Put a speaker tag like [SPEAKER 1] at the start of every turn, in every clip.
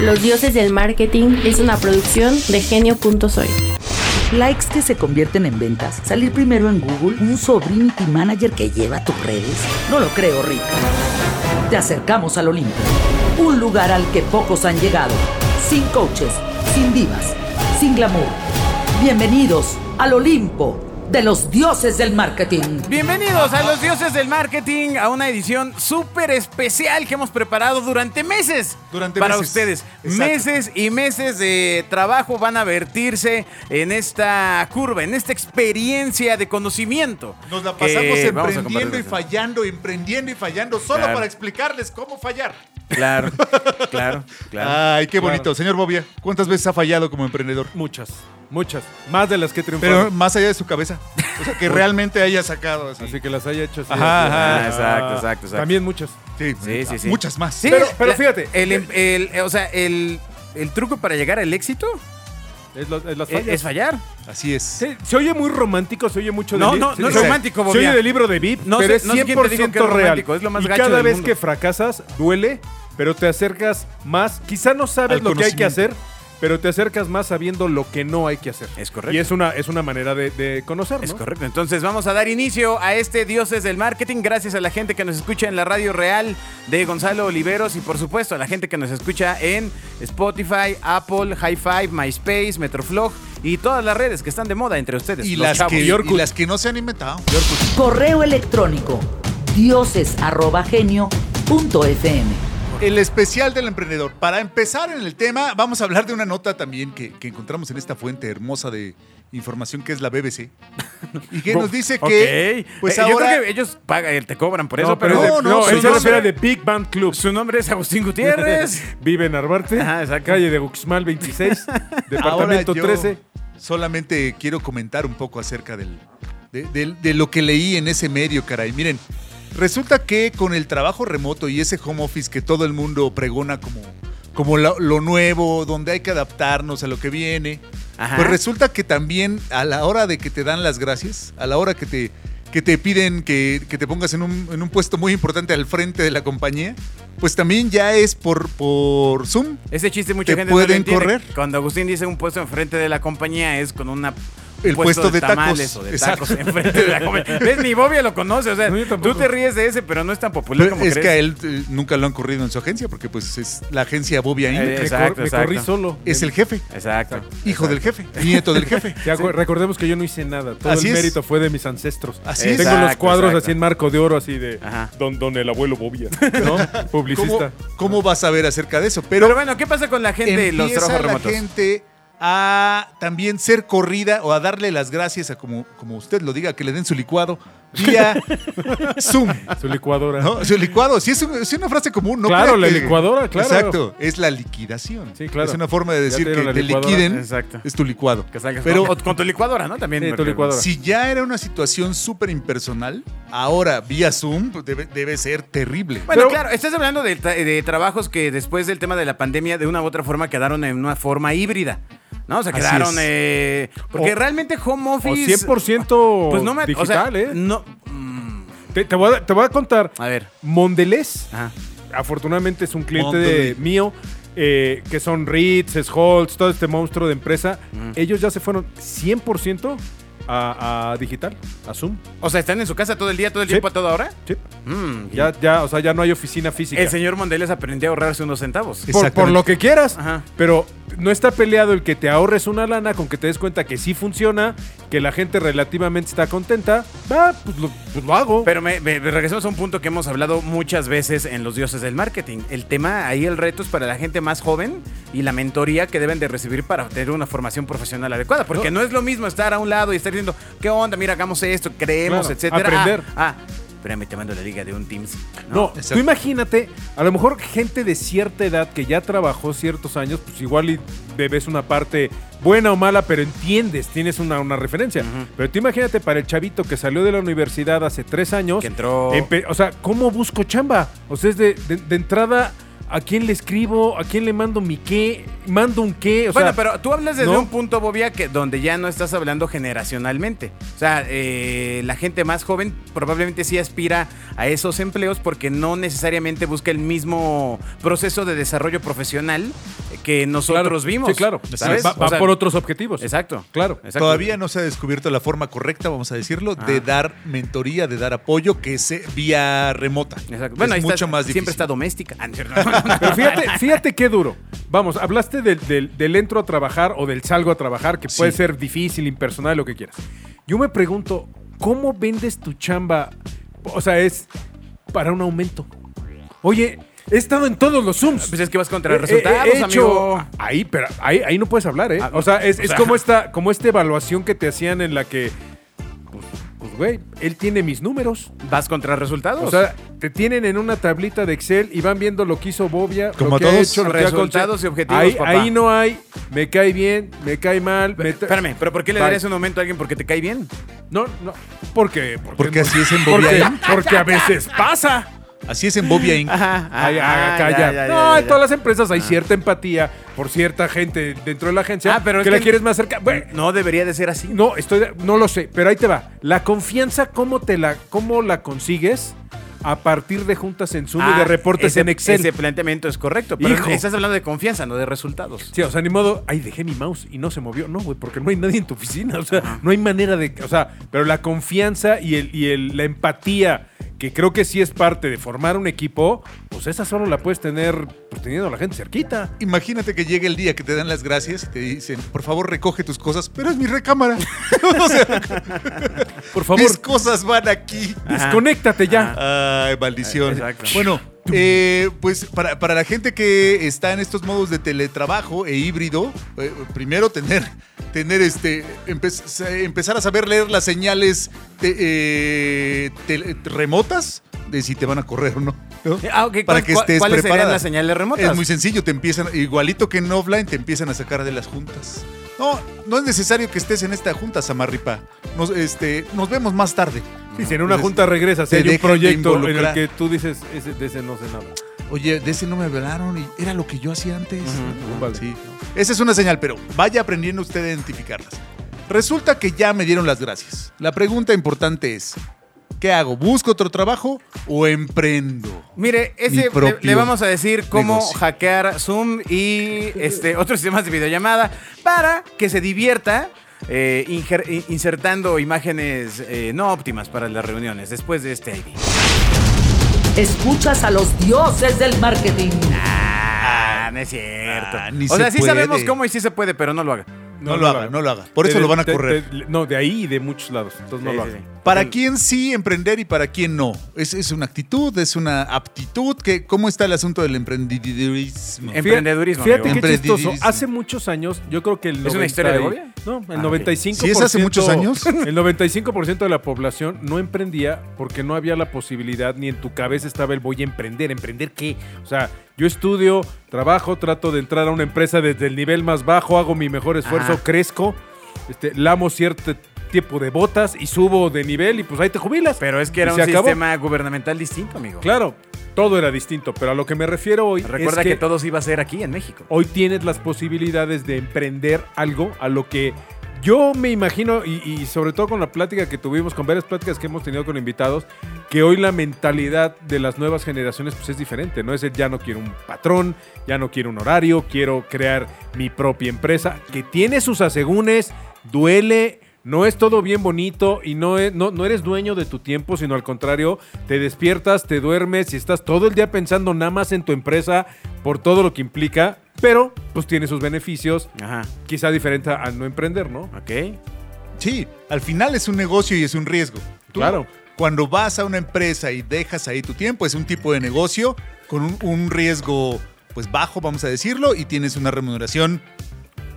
[SPEAKER 1] Los dioses del marketing es una producción de genio.soy.
[SPEAKER 2] Likes que se convierten en ventas. Salir primero en Google. Un sobrinity manager que lleva tus redes. No lo creo, Rick. Te acercamos al Olimpo. Un lugar al que pocos han llegado. Sin coaches, sin divas, sin glamour. Bienvenidos al Olimpo de los dioses del marketing.
[SPEAKER 3] Bienvenidos a los dioses del marketing, a una edición súper especial que hemos preparado durante meses.
[SPEAKER 4] Durante
[SPEAKER 3] para
[SPEAKER 4] meses.
[SPEAKER 3] ustedes.
[SPEAKER 4] Exacto.
[SPEAKER 3] Meses y meses de trabajo van a vertirse en esta curva, en esta experiencia de conocimiento.
[SPEAKER 4] Nos la pasamos
[SPEAKER 3] que vamos a
[SPEAKER 4] emprendiendo y
[SPEAKER 3] compartir.
[SPEAKER 4] fallando, emprendiendo y fallando, solo
[SPEAKER 3] Claro.
[SPEAKER 4] para explicarles cómo fallar.
[SPEAKER 3] Claro, claro, claro.
[SPEAKER 4] Ay, qué bonito. Señor Bobia, ¿cuántas veces ha fallado como emprendedor?
[SPEAKER 5] Muchas, muchas. Más de las que triunfaron.
[SPEAKER 4] Pero más allá de su cabeza. O sea, que realmente haya sacado así.
[SPEAKER 5] Así que las haya hecho así.
[SPEAKER 4] Ajá,
[SPEAKER 5] así.
[SPEAKER 4] ajá.
[SPEAKER 5] Ah,
[SPEAKER 3] Exacto, exacto, exacto.
[SPEAKER 5] También muchas.
[SPEAKER 4] sí,
[SPEAKER 3] Sí, sí, sí.
[SPEAKER 4] Muchas más.
[SPEAKER 3] Sí,
[SPEAKER 5] Pero- pero
[SPEAKER 3] la-
[SPEAKER 5] fíjate.
[SPEAKER 3] el em- el- eh, o sea, el, el truco para llegar al éxito
[SPEAKER 5] Es, lo- es las
[SPEAKER 3] es,
[SPEAKER 5] fallas.
[SPEAKER 3] es fallar.
[SPEAKER 4] Así es.
[SPEAKER 5] Se, se oye muy romántico, se oye mucho de
[SPEAKER 3] No,
[SPEAKER 5] li-
[SPEAKER 3] no,
[SPEAKER 5] se-
[SPEAKER 3] no es
[SPEAKER 5] se-
[SPEAKER 3] romántico,
[SPEAKER 5] Se
[SPEAKER 3] Bobia.
[SPEAKER 5] oye de libro de VIP,
[SPEAKER 3] No
[SPEAKER 5] pero
[SPEAKER 3] sé-
[SPEAKER 5] es 100%
[SPEAKER 3] no sé quién te dijo que es
[SPEAKER 5] real.
[SPEAKER 3] romántico, es lo más
[SPEAKER 5] y
[SPEAKER 3] gacho
[SPEAKER 5] cada
[SPEAKER 3] del
[SPEAKER 5] vez
[SPEAKER 3] mundo.
[SPEAKER 5] que fracasas, duele, pero te acercas más. Quizá no sabes
[SPEAKER 4] Al
[SPEAKER 5] lo que hay que hacer,
[SPEAKER 4] conocimiento.
[SPEAKER 5] pero te acercas más sabiendo lo que no hay que hacer.
[SPEAKER 3] Es correcto.
[SPEAKER 5] Y es una, es una manera de, de conocer, ¿no?
[SPEAKER 3] Es correcto. Entonces vamos a dar inicio a este Dioses del Marketing. Gracias a la gente que nos escucha en la radio real de Gonzalo Oliveros y por supuesto a la gente que nos escucha en Spotify, Apple, Hi5, MySpace, Metroflog y todas las redes que están de moda entre ustedes.
[SPEAKER 4] Y
[SPEAKER 3] los
[SPEAKER 4] las,
[SPEAKER 3] chavos.
[SPEAKER 4] que,
[SPEAKER 3] Y Orkut.
[SPEAKER 4] y las que no se han inventado.
[SPEAKER 2] Correo electrónico dioses@genio.fm.
[SPEAKER 4] El especial del emprendedor. Para empezar en el tema, vamos a hablar de una nota también que, que encontramos en esta fuente hermosa de información que es la BBC. Y que nos dice que.
[SPEAKER 3] Ok.
[SPEAKER 4] Pues
[SPEAKER 3] Eh,
[SPEAKER 4] ahora.
[SPEAKER 3] Yo creo que ellos pagan, eh, te cobran por eso,
[SPEAKER 5] No,
[SPEAKER 3] pero,
[SPEAKER 5] pero es de-
[SPEAKER 4] no,
[SPEAKER 5] no,
[SPEAKER 4] su
[SPEAKER 5] él se
[SPEAKER 4] nombre-
[SPEAKER 5] refiere de Big Band Club.
[SPEAKER 3] su nombre es Agustín Gutiérrez.
[SPEAKER 5] Vive en Arbarte,
[SPEAKER 3] Ajá, exacto.
[SPEAKER 5] calle de Guxmal 26,
[SPEAKER 4] Ahora
[SPEAKER 5] departamento
[SPEAKER 4] yo
[SPEAKER 5] 13.
[SPEAKER 4] Solamente quiero comentar un poco acerca del, de, del- de lo que leí en ese medio, caray. Miren, resulta que con el trabajo remoto y ese home office que todo el mundo pregona como, como lo, lo nuevo, donde hay que adaptarnos a lo que viene,
[SPEAKER 3] Ajá.
[SPEAKER 4] pues resulta que también a la hora de que te dan las gracias, a la hora que te, que te piden que, que te pongas en un, en un puesto muy importante al frente de la compañía, pues también ya es por, por Zoom.
[SPEAKER 3] Ese chiste mucha
[SPEAKER 4] Te
[SPEAKER 3] gente no lo
[SPEAKER 4] pueden
[SPEAKER 3] entiende.
[SPEAKER 4] correr.
[SPEAKER 3] Cuando Agustín dice un puesto enfrente de la compañía es con una
[SPEAKER 4] El puesto de tacos.
[SPEAKER 3] tamales o de tacos
[SPEAKER 4] Exacto.
[SPEAKER 3] enfrente de la compañía. ¿Ves? Ni Bobia lo conoce, o sea,
[SPEAKER 5] No, yo
[SPEAKER 3] tú
[SPEAKER 5] tampoco.
[SPEAKER 3] te ríes de ese, pero no es tan popular
[SPEAKER 4] Pero
[SPEAKER 3] como
[SPEAKER 4] es
[SPEAKER 3] Pues crees.
[SPEAKER 4] que a él eh, nunca lo han corrido en su agencia porque pues es la agencia Bobia Inc.
[SPEAKER 3] Eh,
[SPEAKER 5] Me,
[SPEAKER 3] Exacto,
[SPEAKER 5] cor- me
[SPEAKER 3] exacto.
[SPEAKER 5] corrí solo.
[SPEAKER 4] es el jefe,
[SPEAKER 3] Exacto.
[SPEAKER 4] hijo del jefe, nieto del jefe.
[SPEAKER 5] Ya, güey, Recordemos que yo no hice nada. Todo
[SPEAKER 4] Así
[SPEAKER 5] el
[SPEAKER 4] es.
[SPEAKER 5] mérito fue de mis ancestros.
[SPEAKER 4] Así es.
[SPEAKER 5] Tengo los
[SPEAKER 3] Exacto,
[SPEAKER 5] cuadros
[SPEAKER 3] exacto.
[SPEAKER 5] así en marco de oro, así de
[SPEAKER 3] Ajá.
[SPEAKER 5] don, don el abuelo Bobia, ¿no?
[SPEAKER 4] ¿Cómo,
[SPEAKER 5] Publicista.
[SPEAKER 4] cómo vas a ver acerca de eso?
[SPEAKER 3] Pero,
[SPEAKER 4] Pero,
[SPEAKER 3] bueno, ¿qué pasa con la gente y los
[SPEAKER 4] empieza
[SPEAKER 3] trabajos
[SPEAKER 4] la
[SPEAKER 3] remotos?
[SPEAKER 4] gente a también ser corrida o a darle las gracias a como, como usted lo diga, que le den su licuado vía Zoom.
[SPEAKER 5] Su licuadora.
[SPEAKER 4] ¿no? Su licuado, sí es, un- sí una frase común, ¿no?
[SPEAKER 5] Claro,
[SPEAKER 4] crea
[SPEAKER 5] la
[SPEAKER 4] que-
[SPEAKER 5] licuadora, claro.
[SPEAKER 4] Exacto, es la liquidación.
[SPEAKER 5] Sí, claro.
[SPEAKER 4] Es una forma de
[SPEAKER 5] Ya
[SPEAKER 4] decir
[SPEAKER 5] te
[SPEAKER 4] que
[SPEAKER 5] dieron la
[SPEAKER 4] te
[SPEAKER 5] licuadora,
[SPEAKER 4] liquiden,
[SPEAKER 3] exacto.
[SPEAKER 4] es tu licuado.
[SPEAKER 3] Que salgas
[SPEAKER 4] Pero
[SPEAKER 3] con, o con tu licuadora, ¿no? También.
[SPEAKER 5] Sí, tu licuadora.
[SPEAKER 4] Si ya era una situación súper impersonal, ahora vía Zoom pues, debe, debe ser terrible.
[SPEAKER 3] Bueno,
[SPEAKER 5] Pero-
[SPEAKER 3] claro, estás hablando de, tra- de trabajos que después del tema de la pandemia, de una u otra forma, quedaron en una forma híbrida. ¿No? O sea,
[SPEAKER 4] Así
[SPEAKER 3] quedaron.
[SPEAKER 4] es.
[SPEAKER 3] eh, porque
[SPEAKER 5] O-
[SPEAKER 3] realmente home
[SPEAKER 5] O
[SPEAKER 3] office.
[SPEAKER 5] 100%
[SPEAKER 3] Pues no me. o
[SPEAKER 5] digital,
[SPEAKER 3] sea, Ah.
[SPEAKER 5] ¿eh?
[SPEAKER 3] No. mm,
[SPEAKER 5] Te, te voy a, te voy a contar.
[SPEAKER 3] a ver.
[SPEAKER 5] Mondelez,
[SPEAKER 3] Ajá.
[SPEAKER 5] afortunadamente es un cliente
[SPEAKER 4] Mondelez.
[SPEAKER 5] de- mío, eh, que son Ritz, Scholz, todo este monstruo de empresa.
[SPEAKER 3] Mm.
[SPEAKER 5] Ellos ya se fueron 100% a, a digital, a Zoom.
[SPEAKER 3] O sea, ¿están en su casa todo el día, todo el
[SPEAKER 5] Sí.
[SPEAKER 3] tiempo, a toda hora?
[SPEAKER 5] Sí.
[SPEAKER 3] Mm, y-
[SPEAKER 5] Ya, ya, o sea, ya no hay oficina física.
[SPEAKER 3] El señor Mondeles aprendió a ahorrarse unos centavos.
[SPEAKER 4] Es-
[SPEAKER 5] por, por lo que quieras.
[SPEAKER 3] Ajá.
[SPEAKER 5] Pero no está peleado el que te ahorres una lana con que te des cuenta que sí funciona, que la gente relativamente está contenta. Va, pues lo, pues lo hago.
[SPEAKER 3] Pero me, me- me regresamos a un punto que hemos hablado muchas veces en los dioses del marketing. El tema, ahí el reto es para la gente más joven y la mentoría que deben de recibir para tener una formación profesional adecuada. Porque no, es lo mismo estar a un lado y estar diciendo, ¿qué onda? Mira, hagamos esto, creemos,
[SPEAKER 5] Claro,
[SPEAKER 3] etcétera.
[SPEAKER 5] aprender.
[SPEAKER 3] Ah, ah, espérame, te mando la liga de un Teams.
[SPEAKER 5] No,
[SPEAKER 4] exacto.
[SPEAKER 5] tú imagínate, a lo mejor gente de cierta edad que ya trabajó ciertos años, pues igual y debes una parte buena o mala, pero entiendes, tienes una, una referencia. Pero tú imagínate para el chavito que salió de la universidad hace tres años.
[SPEAKER 3] Que entró-
[SPEAKER 5] empe- o sea, ¿cómo busco chamba? O sea, es de, de- de entrada, ¿a quién le escribo? ¿A quién le mando mi qué? mando un qué. O
[SPEAKER 3] bueno,
[SPEAKER 5] sea,
[SPEAKER 3] pero tú hablas desde
[SPEAKER 5] ¿no?
[SPEAKER 3] un punto, Bobia, que donde ya no estás hablando generacionalmente. O sea, eh, la gente más joven probablemente sí aspira a esos empleos porque no necesariamente busca el mismo proceso de desarrollo profesional que nosotros
[SPEAKER 5] claro.
[SPEAKER 3] vimos.
[SPEAKER 5] Sí, claro.
[SPEAKER 3] ¿sabes?
[SPEAKER 5] Va, va
[SPEAKER 3] O sea,
[SPEAKER 5] por otros objetivos.
[SPEAKER 3] Exacto.
[SPEAKER 5] Claro.
[SPEAKER 3] Exacto.
[SPEAKER 4] Todavía no se ha descubierto la forma correcta, vamos a decirlo,
[SPEAKER 3] Ah.
[SPEAKER 4] de dar mentoría, de dar apoyo, que es eh, vía remota.
[SPEAKER 3] Exacto. Bueno,
[SPEAKER 4] es
[SPEAKER 3] ahí está-
[SPEAKER 4] mucho más difícil.
[SPEAKER 3] siempre está doméstica. Ah, no, no, no.
[SPEAKER 5] Pero fíjate, fíjate qué duro. Vamos, hablaste del, del- del entro a trabajar o del salgo a trabajar, que puede
[SPEAKER 4] Sí.
[SPEAKER 5] ser difícil, impersonal, lo que quieras. Yo me pregunto, ¿cómo vendes tu chamba? O sea, es para un aumento. Oye, he estado en todos los Zooms.
[SPEAKER 3] Pues es que vas contra
[SPEAKER 5] He- he-
[SPEAKER 3] resultados,
[SPEAKER 5] he Eh, hecho-
[SPEAKER 3] amigo.
[SPEAKER 5] Ahí, pero ahí, ahí no puedes hablar, ¿eh?
[SPEAKER 3] Ah,
[SPEAKER 5] o sea, es,
[SPEAKER 3] o
[SPEAKER 5] es
[SPEAKER 3] sea.
[SPEAKER 5] como esta, como esta evaluación que te hacían en la que. pues- Pues, güey, él tiene mis números.
[SPEAKER 3] Vas contra resultados.
[SPEAKER 5] O sea, te tienen en una tablita de Excel y van viendo lo que hizo Bobia,
[SPEAKER 4] Como
[SPEAKER 5] lo
[SPEAKER 4] a
[SPEAKER 5] que ha
[SPEAKER 4] todos.
[SPEAKER 5] hecho, lo que ha
[SPEAKER 3] Resultados
[SPEAKER 5] conseguido.
[SPEAKER 3] y objetivos,
[SPEAKER 5] Ahí,
[SPEAKER 3] papá.
[SPEAKER 5] ahí no hay, me cae bien, me cae mal. me tra-
[SPEAKER 3] Espérame, ¿pero por qué le
[SPEAKER 5] Bye.
[SPEAKER 3] darías un aumento a alguien porque te cae bien?
[SPEAKER 5] No, no, porque... Porque,
[SPEAKER 4] Porque así es en
[SPEAKER 5] porque,
[SPEAKER 4] Bobia ¿eh? Inc.
[SPEAKER 5] porque a veces pasa.
[SPEAKER 4] Así es en Bobia Inc.
[SPEAKER 3] Ajá,
[SPEAKER 5] Ay, ah, calla. no, en todas las empresas hay cierta empatía por cierta gente dentro de la agencia
[SPEAKER 3] Ah, pero es
[SPEAKER 5] que la
[SPEAKER 3] que-
[SPEAKER 5] quieres más cerca. Bueno,
[SPEAKER 3] No debería de ser así.
[SPEAKER 5] No, estoy de- no lo sé, pero ahí te va. La confianza, ¿cómo, te la, cómo la consigues? A partir de juntas en Zoom y de
[SPEAKER 3] Ah,
[SPEAKER 5] reportes
[SPEAKER 3] ese-
[SPEAKER 5] en Excel.
[SPEAKER 3] Ese planteamiento es correcto, pero
[SPEAKER 5] Hijo.
[SPEAKER 3] estás hablando de confianza, no de resultados.
[SPEAKER 5] Sí, o sea, ni modo, ay, dejé mi mouse y no se movió. No, güey, porque no hay nadie en tu oficina. O sea, no hay manera de. O sea, pero la confianza y, el, y el- la empatía, que creo que sí es parte de formar un equipo, pues esa solo la puedes tener pues, teniendo a la gente cerquita.
[SPEAKER 4] Imagínate que llegue el día que te dan las gracias y te dicen, por favor, recoge tus cosas, pero es mi recámara. o sea,
[SPEAKER 5] Por favor,
[SPEAKER 4] mis cosas van aquí.
[SPEAKER 5] desconéctate ya.
[SPEAKER 4] Ay, maldición.
[SPEAKER 3] Exacto.
[SPEAKER 4] Bueno, eh, pues para, para la gente que está en estos modos de teletrabajo e híbrido, eh, primero tener, tener este, empe- sa- empezar a saber leer las señales te- eh, tele- remotas de si te van a correr o no. ¿no?
[SPEAKER 5] Eh,
[SPEAKER 3] Ah, ok,
[SPEAKER 4] Para
[SPEAKER 3] ¿cuál-
[SPEAKER 4] que
[SPEAKER 3] cuál-
[SPEAKER 4] estés
[SPEAKER 3] ¿Cuáles serían
[SPEAKER 4] preparada.
[SPEAKER 3] las señales remotas?
[SPEAKER 4] Es muy sencillo, te empiezan, igualito que en offline, te empiezan a sacar de las juntas. No, no es necesario que estés en esta junta, Samarripa. Nos, este, nos vemos más tarde.
[SPEAKER 5] Sí, si en una
[SPEAKER 4] Entonces,
[SPEAKER 5] junta regresas, si
[SPEAKER 4] te
[SPEAKER 5] hay un
[SPEAKER 4] dejan de
[SPEAKER 5] proyecto en el
[SPEAKER 4] involucrar.
[SPEAKER 5] que tú dices, ese, de ese no sé nada.
[SPEAKER 4] Oye, de ese no me hablaron y era lo que yo hacía antes.
[SPEAKER 3] Ujú,
[SPEAKER 5] vale.
[SPEAKER 4] Sí. Esa es una señal, pero vaya aprendiendo usted a identificarlas. Resulta que ya me dieron las gracias. La pregunta importante es, ¿qué hago? ¿Busco otro trabajo o emprendo?
[SPEAKER 3] Mire, ese le- le,
[SPEAKER 4] propio
[SPEAKER 3] vamos a decir cómo
[SPEAKER 4] negocio.
[SPEAKER 3] hackear Zoom y este, otros sistemas de videollamada para que se divierta eh, inger- i- insertando imágenes eh, no óptimas para las reuniones después de este ID.
[SPEAKER 2] Escuchas a los dioses del marketing.
[SPEAKER 3] Ah, no es cierto.
[SPEAKER 4] Ah, ni
[SPEAKER 3] o sea,
[SPEAKER 4] se
[SPEAKER 3] sí
[SPEAKER 4] puede.
[SPEAKER 3] sabemos cómo y sí se puede, pero no lo haga.
[SPEAKER 4] No lo haga, no lo haga. Por eso
[SPEAKER 5] Te-
[SPEAKER 4] lo van a
[SPEAKER 5] te-
[SPEAKER 4] correr.
[SPEAKER 5] te- no, de ahí y de muchos lados. Entonces no
[SPEAKER 3] Sí,
[SPEAKER 5] lo
[SPEAKER 3] sí,
[SPEAKER 5] haga.
[SPEAKER 3] sí.
[SPEAKER 4] ¿Para quién sí emprender y para quién no? ¿Es, es una actitud? ¿Es una aptitud? ¿Qué, ¿Cómo está el asunto del emprendidurismo?
[SPEAKER 3] Em- Emprendedurismo,
[SPEAKER 5] Fíjate
[SPEAKER 4] amigo.
[SPEAKER 5] qué chistoso.
[SPEAKER 4] Emprendidurismo.
[SPEAKER 5] Hace muchos años, yo creo que el
[SPEAKER 3] ¿Es una historia de
[SPEAKER 5] y-
[SPEAKER 3] Bobia?
[SPEAKER 5] No, el
[SPEAKER 3] Ah, ok.
[SPEAKER 5] 95%.
[SPEAKER 4] ¿Sí es hace muchos años?
[SPEAKER 5] El 95% de la población no emprendía porque no había la posibilidad ni en tu cabeza estaba el voy a emprender. ¿Emprender qué? O sea, yo estudio, trabajo, trato de entrar a una empresa desde el nivel más bajo, hago mi mejor esfuerzo,
[SPEAKER 3] Ajá.
[SPEAKER 5] crezco, este, lamo cierto tipo de botas y subo de nivel y pues ahí te jubilas.
[SPEAKER 3] Pero es que
[SPEAKER 5] Y
[SPEAKER 3] era un
[SPEAKER 5] se acabó.
[SPEAKER 3] sistema gubernamental distinto, amigo.
[SPEAKER 5] Claro, todo era distinto, pero a lo que me refiero hoy
[SPEAKER 3] Recuerda
[SPEAKER 5] es
[SPEAKER 3] que, todo se iba a ser aquí en México.
[SPEAKER 5] hoy tienes las posibilidades de emprender algo a lo que yo me imagino, y, y sobre todo con la plática que tuvimos, con varias pláticas que hemos tenido con invitados, que hoy la mentalidad de las nuevas generaciones pues, es diferente, ¿no? Es el ya no quiero un patrón, ya no quiero un horario, quiero crear mi propia empresa, que tiene sus asegúnes, duele, no es todo bien bonito y no, es- no, no eres dueño de tu tiempo, sino al contrario, te despiertas, te duermes y estás todo el día pensando nada más en tu empresa por todo lo que implica, pero pues tiene sus beneficios,
[SPEAKER 4] Ah.
[SPEAKER 3] Ajá.
[SPEAKER 5] quizá diferente al no emprender, ¿no?
[SPEAKER 3] Ok.
[SPEAKER 4] Sí, al final es un negocio y es un riesgo. Tú,
[SPEAKER 5] Claro.
[SPEAKER 4] Cuando vas a una empresa y dejas ahí tu tiempo, es un tipo de negocio con un, un riesgo pues bajo, vamos a decirlo, y tienes una remuneración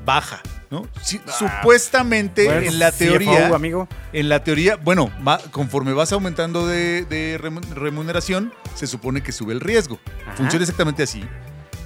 [SPEAKER 4] baja, ¿no? Sí, supuestamente
[SPEAKER 3] Ah, Bueno,
[SPEAKER 4] en la teoría,
[SPEAKER 3] CFO, amigo.
[SPEAKER 4] en la teoría, bueno, va- conforme vas aumentando de, de remu- remuneración, se supone que sube el riesgo.
[SPEAKER 3] Ajá.
[SPEAKER 4] Funciona exactamente así.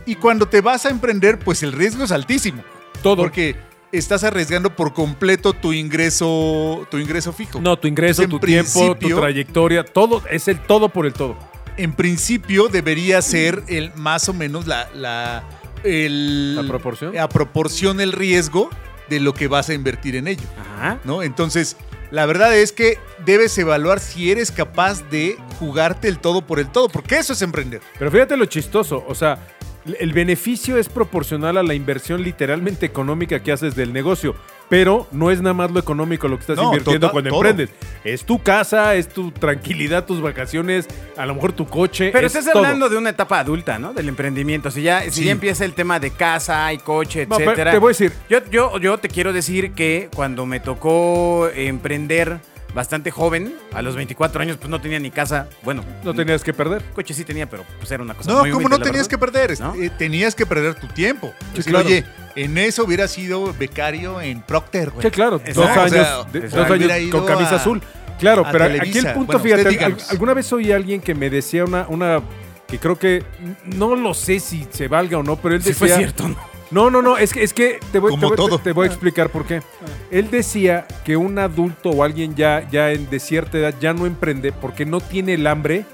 [SPEAKER 4] Y cuando te vas a emprender, pues el riesgo es altísimo.
[SPEAKER 5] Todo.
[SPEAKER 4] Porque estás arriesgando por completo tu ingreso, tu ingreso fijo.
[SPEAKER 5] no, tu ingreso,
[SPEAKER 4] En
[SPEAKER 5] tu tiempo, tu
[SPEAKER 4] principio-
[SPEAKER 5] trayectoria, todo, es el todo por el todo.
[SPEAKER 4] En principio debería ser el más o menos la, la- el-
[SPEAKER 5] ¿La proporción?
[SPEAKER 4] a proporción el riesgo de lo que vas a invertir en ello.
[SPEAKER 3] Ajá.
[SPEAKER 4] ¿no? Entonces, la verdad es que debes evaluar si eres capaz de jugarte el todo por el todo, porque eso es emprender.
[SPEAKER 5] Pero fíjate lo chistoso, o sea, l- el beneficio es proporcional a la inversión literalmente económica que haces del negocio, pero no es nada más lo económico lo que estás
[SPEAKER 4] No,
[SPEAKER 5] invirtiendo
[SPEAKER 4] tota-
[SPEAKER 5] cuando
[SPEAKER 4] todo.
[SPEAKER 5] emprendes. Es tu casa, es tu tranquilidad, tus vacaciones, a lo mejor tu coche.
[SPEAKER 3] Pero
[SPEAKER 5] es
[SPEAKER 3] estás
[SPEAKER 5] todo.
[SPEAKER 3] hablando de una etapa adulta, ¿no? Del emprendimiento. Si ya, si
[SPEAKER 4] Sí.
[SPEAKER 3] ya empieza el tema de casa y coche,
[SPEAKER 5] No, pero
[SPEAKER 3] etcétera.
[SPEAKER 5] te voy a decir-
[SPEAKER 3] Yo, yo, yo te quiero decir que cuando me tocó emprender bastante joven, a los 24 años, pues no tenía ni casa. Bueno,
[SPEAKER 5] No tenías que perder.
[SPEAKER 3] coche sí tenía, pero pues era una cosa
[SPEAKER 4] No,
[SPEAKER 3] muy
[SPEAKER 4] como
[SPEAKER 3] humilde,
[SPEAKER 4] no
[SPEAKER 3] la
[SPEAKER 4] tenías que
[SPEAKER 3] verdad.
[SPEAKER 4] perder, Este,
[SPEAKER 3] ¿No?
[SPEAKER 4] eh, tenías que perder tu tiempo. Decir,
[SPEAKER 5] claro.
[SPEAKER 4] Oye, en eso hubiera sido becario en Procter, güey.
[SPEAKER 5] Sí, claro,
[SPEAKER 3] Exacto.
[SPEAKER 5] dos
[SPEAKER 3] No,
[SPEAKER 5] años,
[SPEAKER 4] o sea,
[SPEAKER 5] de-
[SPEAKER 4] exacto.
[SPEAKER 5] dos
[SPEAKER 4] Hubiera
[SPEAKER 5] años con
[SPEAKER 4] ido
[SPEAKER 5] camisa
[SPEAKER 4] a-
[SPEAKER 5] azul. Claro,
[SPEAKER 4] a
[SPEAKER 5] pero aquí
[SPEAKER 4] Televisa.
[SPEAKER 5] el punto,
[SPEAKER 4] Bueno, usted
[SPEAKER 5] fíjate, al-
[SPEAKER 4] díganos.
[SPEAKER 5] alguna vez oí a alguien que me decía una, una que creo que no lo sé si se valga o no, pero él
[SPEAKER 3] Sí
[SPEAKER 5] decía...
[SPEAKER 3] fue cierto, ¿no?
[SPEAKER 5] No, no, no, es que, es que te, voy, te
[SPEAKER 4] Como
[SPEAKER 5] voy-
[SPEAKER 4] todo.
[SPEAKER 5] te- te voy a explicar por qué. Él decía que un adulto o alguien ya, ya en, de cierta edad ya no emprende porque no tiene el hambre,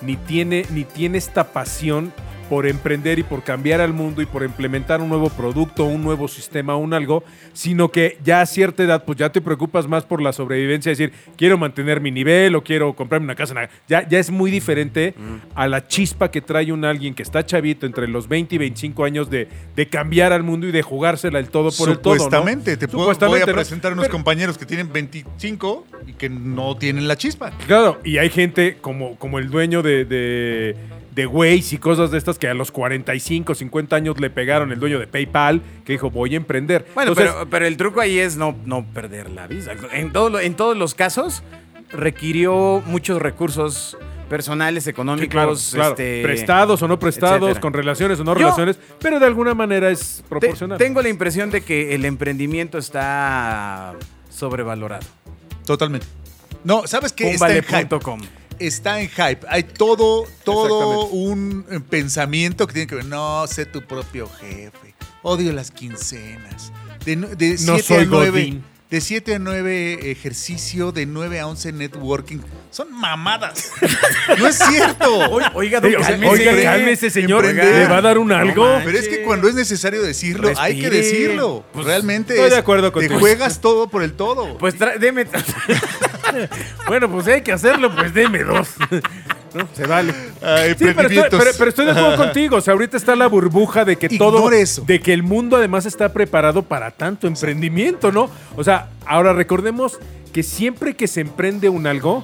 [SPEAKER 5] ni tiene, ni tiene esta pasión por emprender y por cambiar al mundo y por implementar un nuevo producto, un nuevo sistema, un algo, sino que ya a cierta edad pues ya te preocupas más por la sobrevivencia, es decir, quiero mantener mi nivel o quiero comprarme una casa, na- ya, ya es muy diferente a la chispa que trae un alguien que está chavito entre los 20 y 25 años de, de cambiar al mundo y de jugársela el todo por el todo. ¿no?
[SPEAKER 4] Supuestamente, te puedo,
[SPEAKER 5] Supuestamente,
[SPEAKER 4] voy a
[SPEAKER 5] ¿no?
[SPEAKER 4] presentar unos
[SPEAKER 5] Pero-
[SPEAKER 4] compañeros que tienen 25 y que no tienen la chispa.
[SPEAKER 5] Claro, y hay gente como, como el dueño de, de, de Waze y cosas de estas que a los 45, 50 años le pegaron el dueño de PayPal, que dijo, voy a emprender.
[SPEAKER 3] Bueno,
[SPEAKER 5] Entonces,
[SPEAKER 3] pero, pero el truco ahí es no, no perder la visa. En, todo lo- en todos los casos requirió muchos recursos personales,
[SPEAKER 5] sí,
[SPEAKER 3] económicos,
[SPEAKER 5] claro, claro,
[SPEAKER 3] este,
[SPEAKER 5] prestados o no prestados,
[SPEAKER 3] etcétera.
[SPEAKER 5] con relaciones o no
[SPEAKER 3] Yo-
[SPEAKER 5] relaciones, pero de alguna manera es
[SPEAKER 3] Te-
[SPEAKER 5] proporcional.
[SPEAKER 3] tengo la impresión de que el emprendimiento está sobrevalorado.
[SPEAKER 4] Totalmente. No, ¿sabes qué? Está en hype.
[SPEAKER 3] Pumbale.com.
[SPEAKER 4] Está en hype. Hay todo, todo
[SPEAKER 5] Exactamente.
[SPEAKER 4] un eh, pensamiento que tiene que ver. No, sé tu propio jefe. Odio las quincenas. De, nu- de 7
[SPEAKER 5] No
[SPEAKER 4] a
[SPEAKER 5] soy
[SPEAKER 4] 9.
[SPEAKER 5] Godín.
[SPEAKER 4] De 7 a 9 ejercicio, de 9 a 11 networking. Son mamadas. no es cierto.
[SPEAKER 3] Oiga, oiga,
[SPEAKER 5] Sí, o sea,
[SPEAKER 4] cálmese,
[SPEAKER 5] oiga,
[SPEAKER 4] güey.
[SPEAKER 5] cálmese, señor,
[SPEAKER 4] Emprender.
[SPEAKER 5] ¿le va a dar un algo?
[SPEAKER 4] Pero es que cuando es necesario decirlo, hay que
[SPEAKER 3] Respire.
[SPEAKER 4] decirlo.
[SPEAKER 3] Pues,
[SPEAKER 4] Realmente
[SPEAKER 5] estoy de
[SPEAKER 4] es-
[SPEAKER 5] acuerdo
[SPEAKER 4] te
[SPEAKER 5] contigo.
[SPEAKER 4] juegas todo por el todo.
[SPEAKER 3] Pues tra- deme.
[SPEAKER 5] bueno, pues si hay que hacerlo, pues deme dos. No, se vale.
[SPEAKER 4] Ay,
[SPEAKER 5] Sí, pero estoy,
[SPEAKER 4] emprendimientos.
[SPEAKER 5] pero- pero estoy de acuerdo contigo. O sea, ahorita está la burbuja de que todo.
[SPEAKER 4] Ignore eso.
[SPEAKER 5] De que el mundo además está preparado para tanto emprendimiento, ¿no? O sea, ahora recordemos que siempre que se emprende un algo,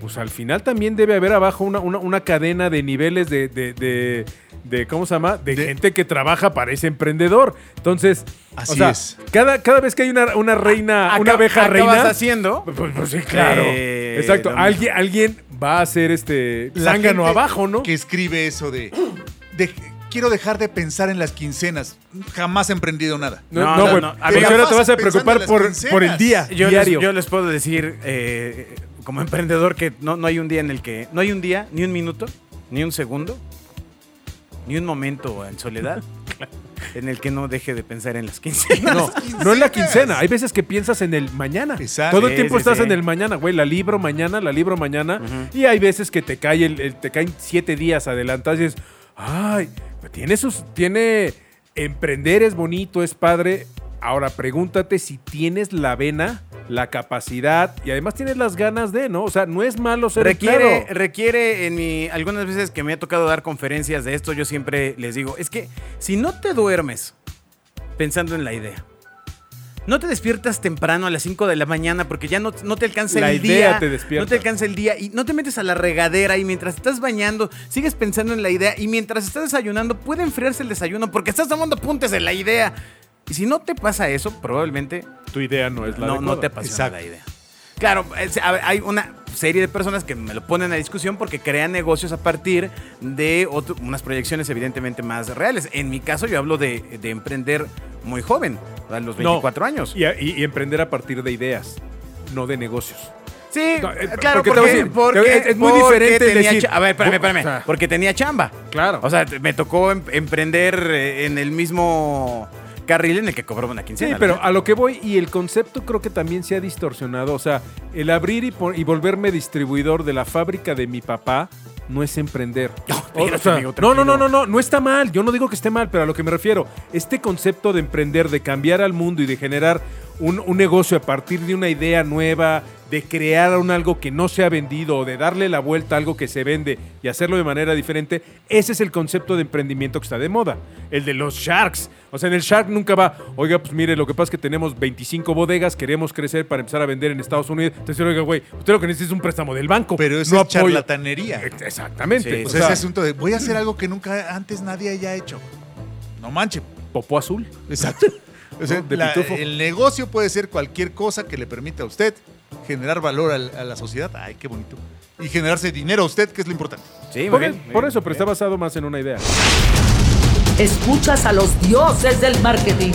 [SPEAKER 5] pues al final también debe haber abajo una, una- una cadena de niveles de. de- de- de- ¿Cómo se llama? De,
[SPEAKER 4] De-
[SPEAKER 5] gente que trabaja para ese emprendedor. Entonces.
[SPEAKER 4] Así
[SPEAKER 5] o sea,
[SPEAKER 4] es.
[SPEAKER 5] Cada, cada vez que hay una, una reina, una
[SPEAKER 3] Acab-
[SPEAKER 5] abeja
[SPEAKER 3] acabas
[SPEAKER 5] reina.
[SPEAKER 3] haciendo?
[SPEAKER 5] Pues, pues sí, claro.
[SPEAKER 3] Eh,
[SPEAKER 5] Exacto.
[SPEAKER 3] lo mismo.
[SPEAKER 5] Alguien, alguien va a hacer este
[SPEAKER 4] La
[SPEAKER 5] zángano
[SPEAKER 4] gente
[SPEAKER 5] abajo, ¿no?
[SPEAKER 4] Que escribe eso de, de- Quiero dejar de pensar en las quincenas. Jamás he emprendido nada.
[SPEAKER 5] No,
[SPEAKER 3] No,
[SPEAKER 5] no,
[SPEAKER 3] no,
[SPEAKER 5] güey.
[SPEAKER 3] no. A
[SPEAKER 5] Pues
[SPEAKER 3] ver,
[SPEAKER 5] ahora te
[SPEAKER 4] capaz
[SPEAKER 5] vas a
[SPEAKER 4] pensando en
[SPEAKER 5] preocupar
[SPEAKER 4] las
[SPEAKER 5] por,
[SPEAKER 4] quincenas.
[SPEAKER 5] por el día
[SPEAKER 3] Yo les,
[SPEAKER 5] diario.
[SPEAKER 3] yo les puedo decir, eh, como emprendedor, que no, no hay un día en el que. No hay un día, ni un minuto, ni un segundo, ni un momento en soledad en el que no deje de pensar en las 15.
[SPEAKER 5] no, no en la quincena. Hay veces que piensas en el mañana.
[SPEAKER 4] Exacto.
[SPEAKER 5] Todo el
[SPEAKER 3] Sí,
[SPEAKER 5] tiempo
[SPEAKER 3] sí,
[SPEAKER 5] estás
[SPEAKER 3] sí.
[SPEAKER 5] en el mañana, güey. La libro mañana, la libro mañana. Y hay veces que te cae el, el- te caen siete días adelantados y dices, ay, tiene sus, tiene emprender es bonito, es padre. Ahora pregúntate si tienes la vena, la capacidad y además tienes las ganas de, ¿no? O sea, no es malo ser
[SPEAKER 3] requiere,
[SPEAKER 5] claro.
[SPEAKER 3] requiere en mi. Algunas veces que me ha tocado dar conferencias de esto, yo siempre les digo: es que si no te duermes pensando en la idea, no te despiertas temprano a las 5 de la mañana porque ya no, no te alcanza
[SPEAKER 5] La
[SPEAKER 3] el
[SPEAKER 5] idea
[SPEAKER 3] día.
[SPEAKER 5] te despierta.
[SPEAKER 3] No te alcanza el día y no te metes a la regadera y mientras estás bañando, sigues pensando en la idea y mientras estás desayunando, puede enfriarse el desayuno porque estás tomando apuntes de la idea. Y si no te pasa eso, probablemente
[SPEAKER 5] Tu idea no es la
[SPEAKER 3] no, no
[SPEAKER 5] adecuada.
[SPEAKER 3] te apasiona la idea. Claro, es- a ver, hay una serie de personas que me lo ponen a discusión porque crean negocios a partir de otro- unas proyecciones evidentemente más reales. En mi caso, yo hablo de, de emprender muy joven, a los
[SPEAKER 5] No.
[SPEAKER 3] 24 años.
[SPEAKER 5] Y, y- y emprender a partir de ideas, no de negocios.
[SPEAKER 3] Sí,
[SPEAKER 5] No, eh,
[SPEAKER 3] claro,
[SPEAKER 5] porque te
[SPEAKER 3] porque,
[SPEAKER 5] voy a decir,
[SPEAKER 3] porque-
[SPEAKER 5] es- es muy
[SPEAKER 3] porque
[SPEAKER 5] diferente
[SPEAKER 3] tenía
[SPEAKER 5] decir-
[SPEAKER 3] cha- a ver, espérame,
[SPEAKER 5] Bu-
[SPEAKER 3] espérame.
[SPEAKER 5] o sea,
[SPEAKER 3] porque tenía chamba.
[SPEAKER 5] Claro.
[SPEAKER 3] O sea, te- me tocó em- emprender eh, en el mismo carril en el que cobraba una
[SPEAKER 5] Sí,
[SPEAKER 3] quincena. la
[SPEAKER 5] pero
[SPEAKER 3] neta.
[SPEAKER 5] a lo que voy, y el concepto creo que también se ha distorsionado. O sea, el abrir y, po- y volverme distribuidor de la fábrica de mi papá no es emprender.
[SPEAKER 3] espérate, amigo,
[SPEAKER 5] no, no, no,
[SPEAKER 3] tranquilo.
[SPEAKER 5] no, no, no está mal. Yo no digo que esté mal, pero a lo que me refiero, este concepto de emprender, de cambiar al mundo y de generar un, un negocio a partir de una idea nueva, de crear un algo que no se ha vendido o de darle la vuelta a algo que se vende y hacerlo de manera diferente, ese es el concepto de emprendimiento que está de moda. El de los sharks. O sea, en el shark nunca va, oiga, pues mire, lo que pasa es que tenemos 25 bodegas, queremos crecer para empezar a vender en Estados Unidos. Entonces, oiga, güey, usted lo que necesita es un préstamo del banco.
[SPEAKER 4] Pero eso
[SPEAKER 5] no
[SPEAKER 4] es
[SPEAKER 5] apoyo".
[SPEAKER 4] charlatanería.
[SPEAKER 5] Ex- Exactamente.
[SPEAKER 3] Sí.
[SPEAKER 4] O
[SPEAKER 5] O
[SPEAKER 4] sea,
[SPEAKER 5] sea,
[SPEAKER 4] ese asunto de voy a hacer algo que nunca antes nadie haya hecho. No manches.
[SPEAKER 5] popó azul.
[SPEAKER 4] Exacto. O sea,
[SPEAKER 5] No, de
[SPEAKER 4] la-
[SPEAKER 5] pitufo.
[SPEAKER 4] el negocio puede ser cualquier cosa que le permita a usted generar valor al- a la sociedad. Ay, qué bonito. Y generarse dinero a usted, que es lo importante.
[SPEAKER 3] Sí,
[SPEAKER 5] por,
[SPEAKER 3] muy
[SPEAKER 5] por
[SPEAKER 3] bien, muy bien,
[SPEAKER 5] eso, pero
[SPEAKER 3] muy
[SPEAKER 5] está
[SPEAKER 3] bien.
[SPEAKER 5] basado más en una idea.
[SPEAKER 2] Escuchas a los dioses del marketing.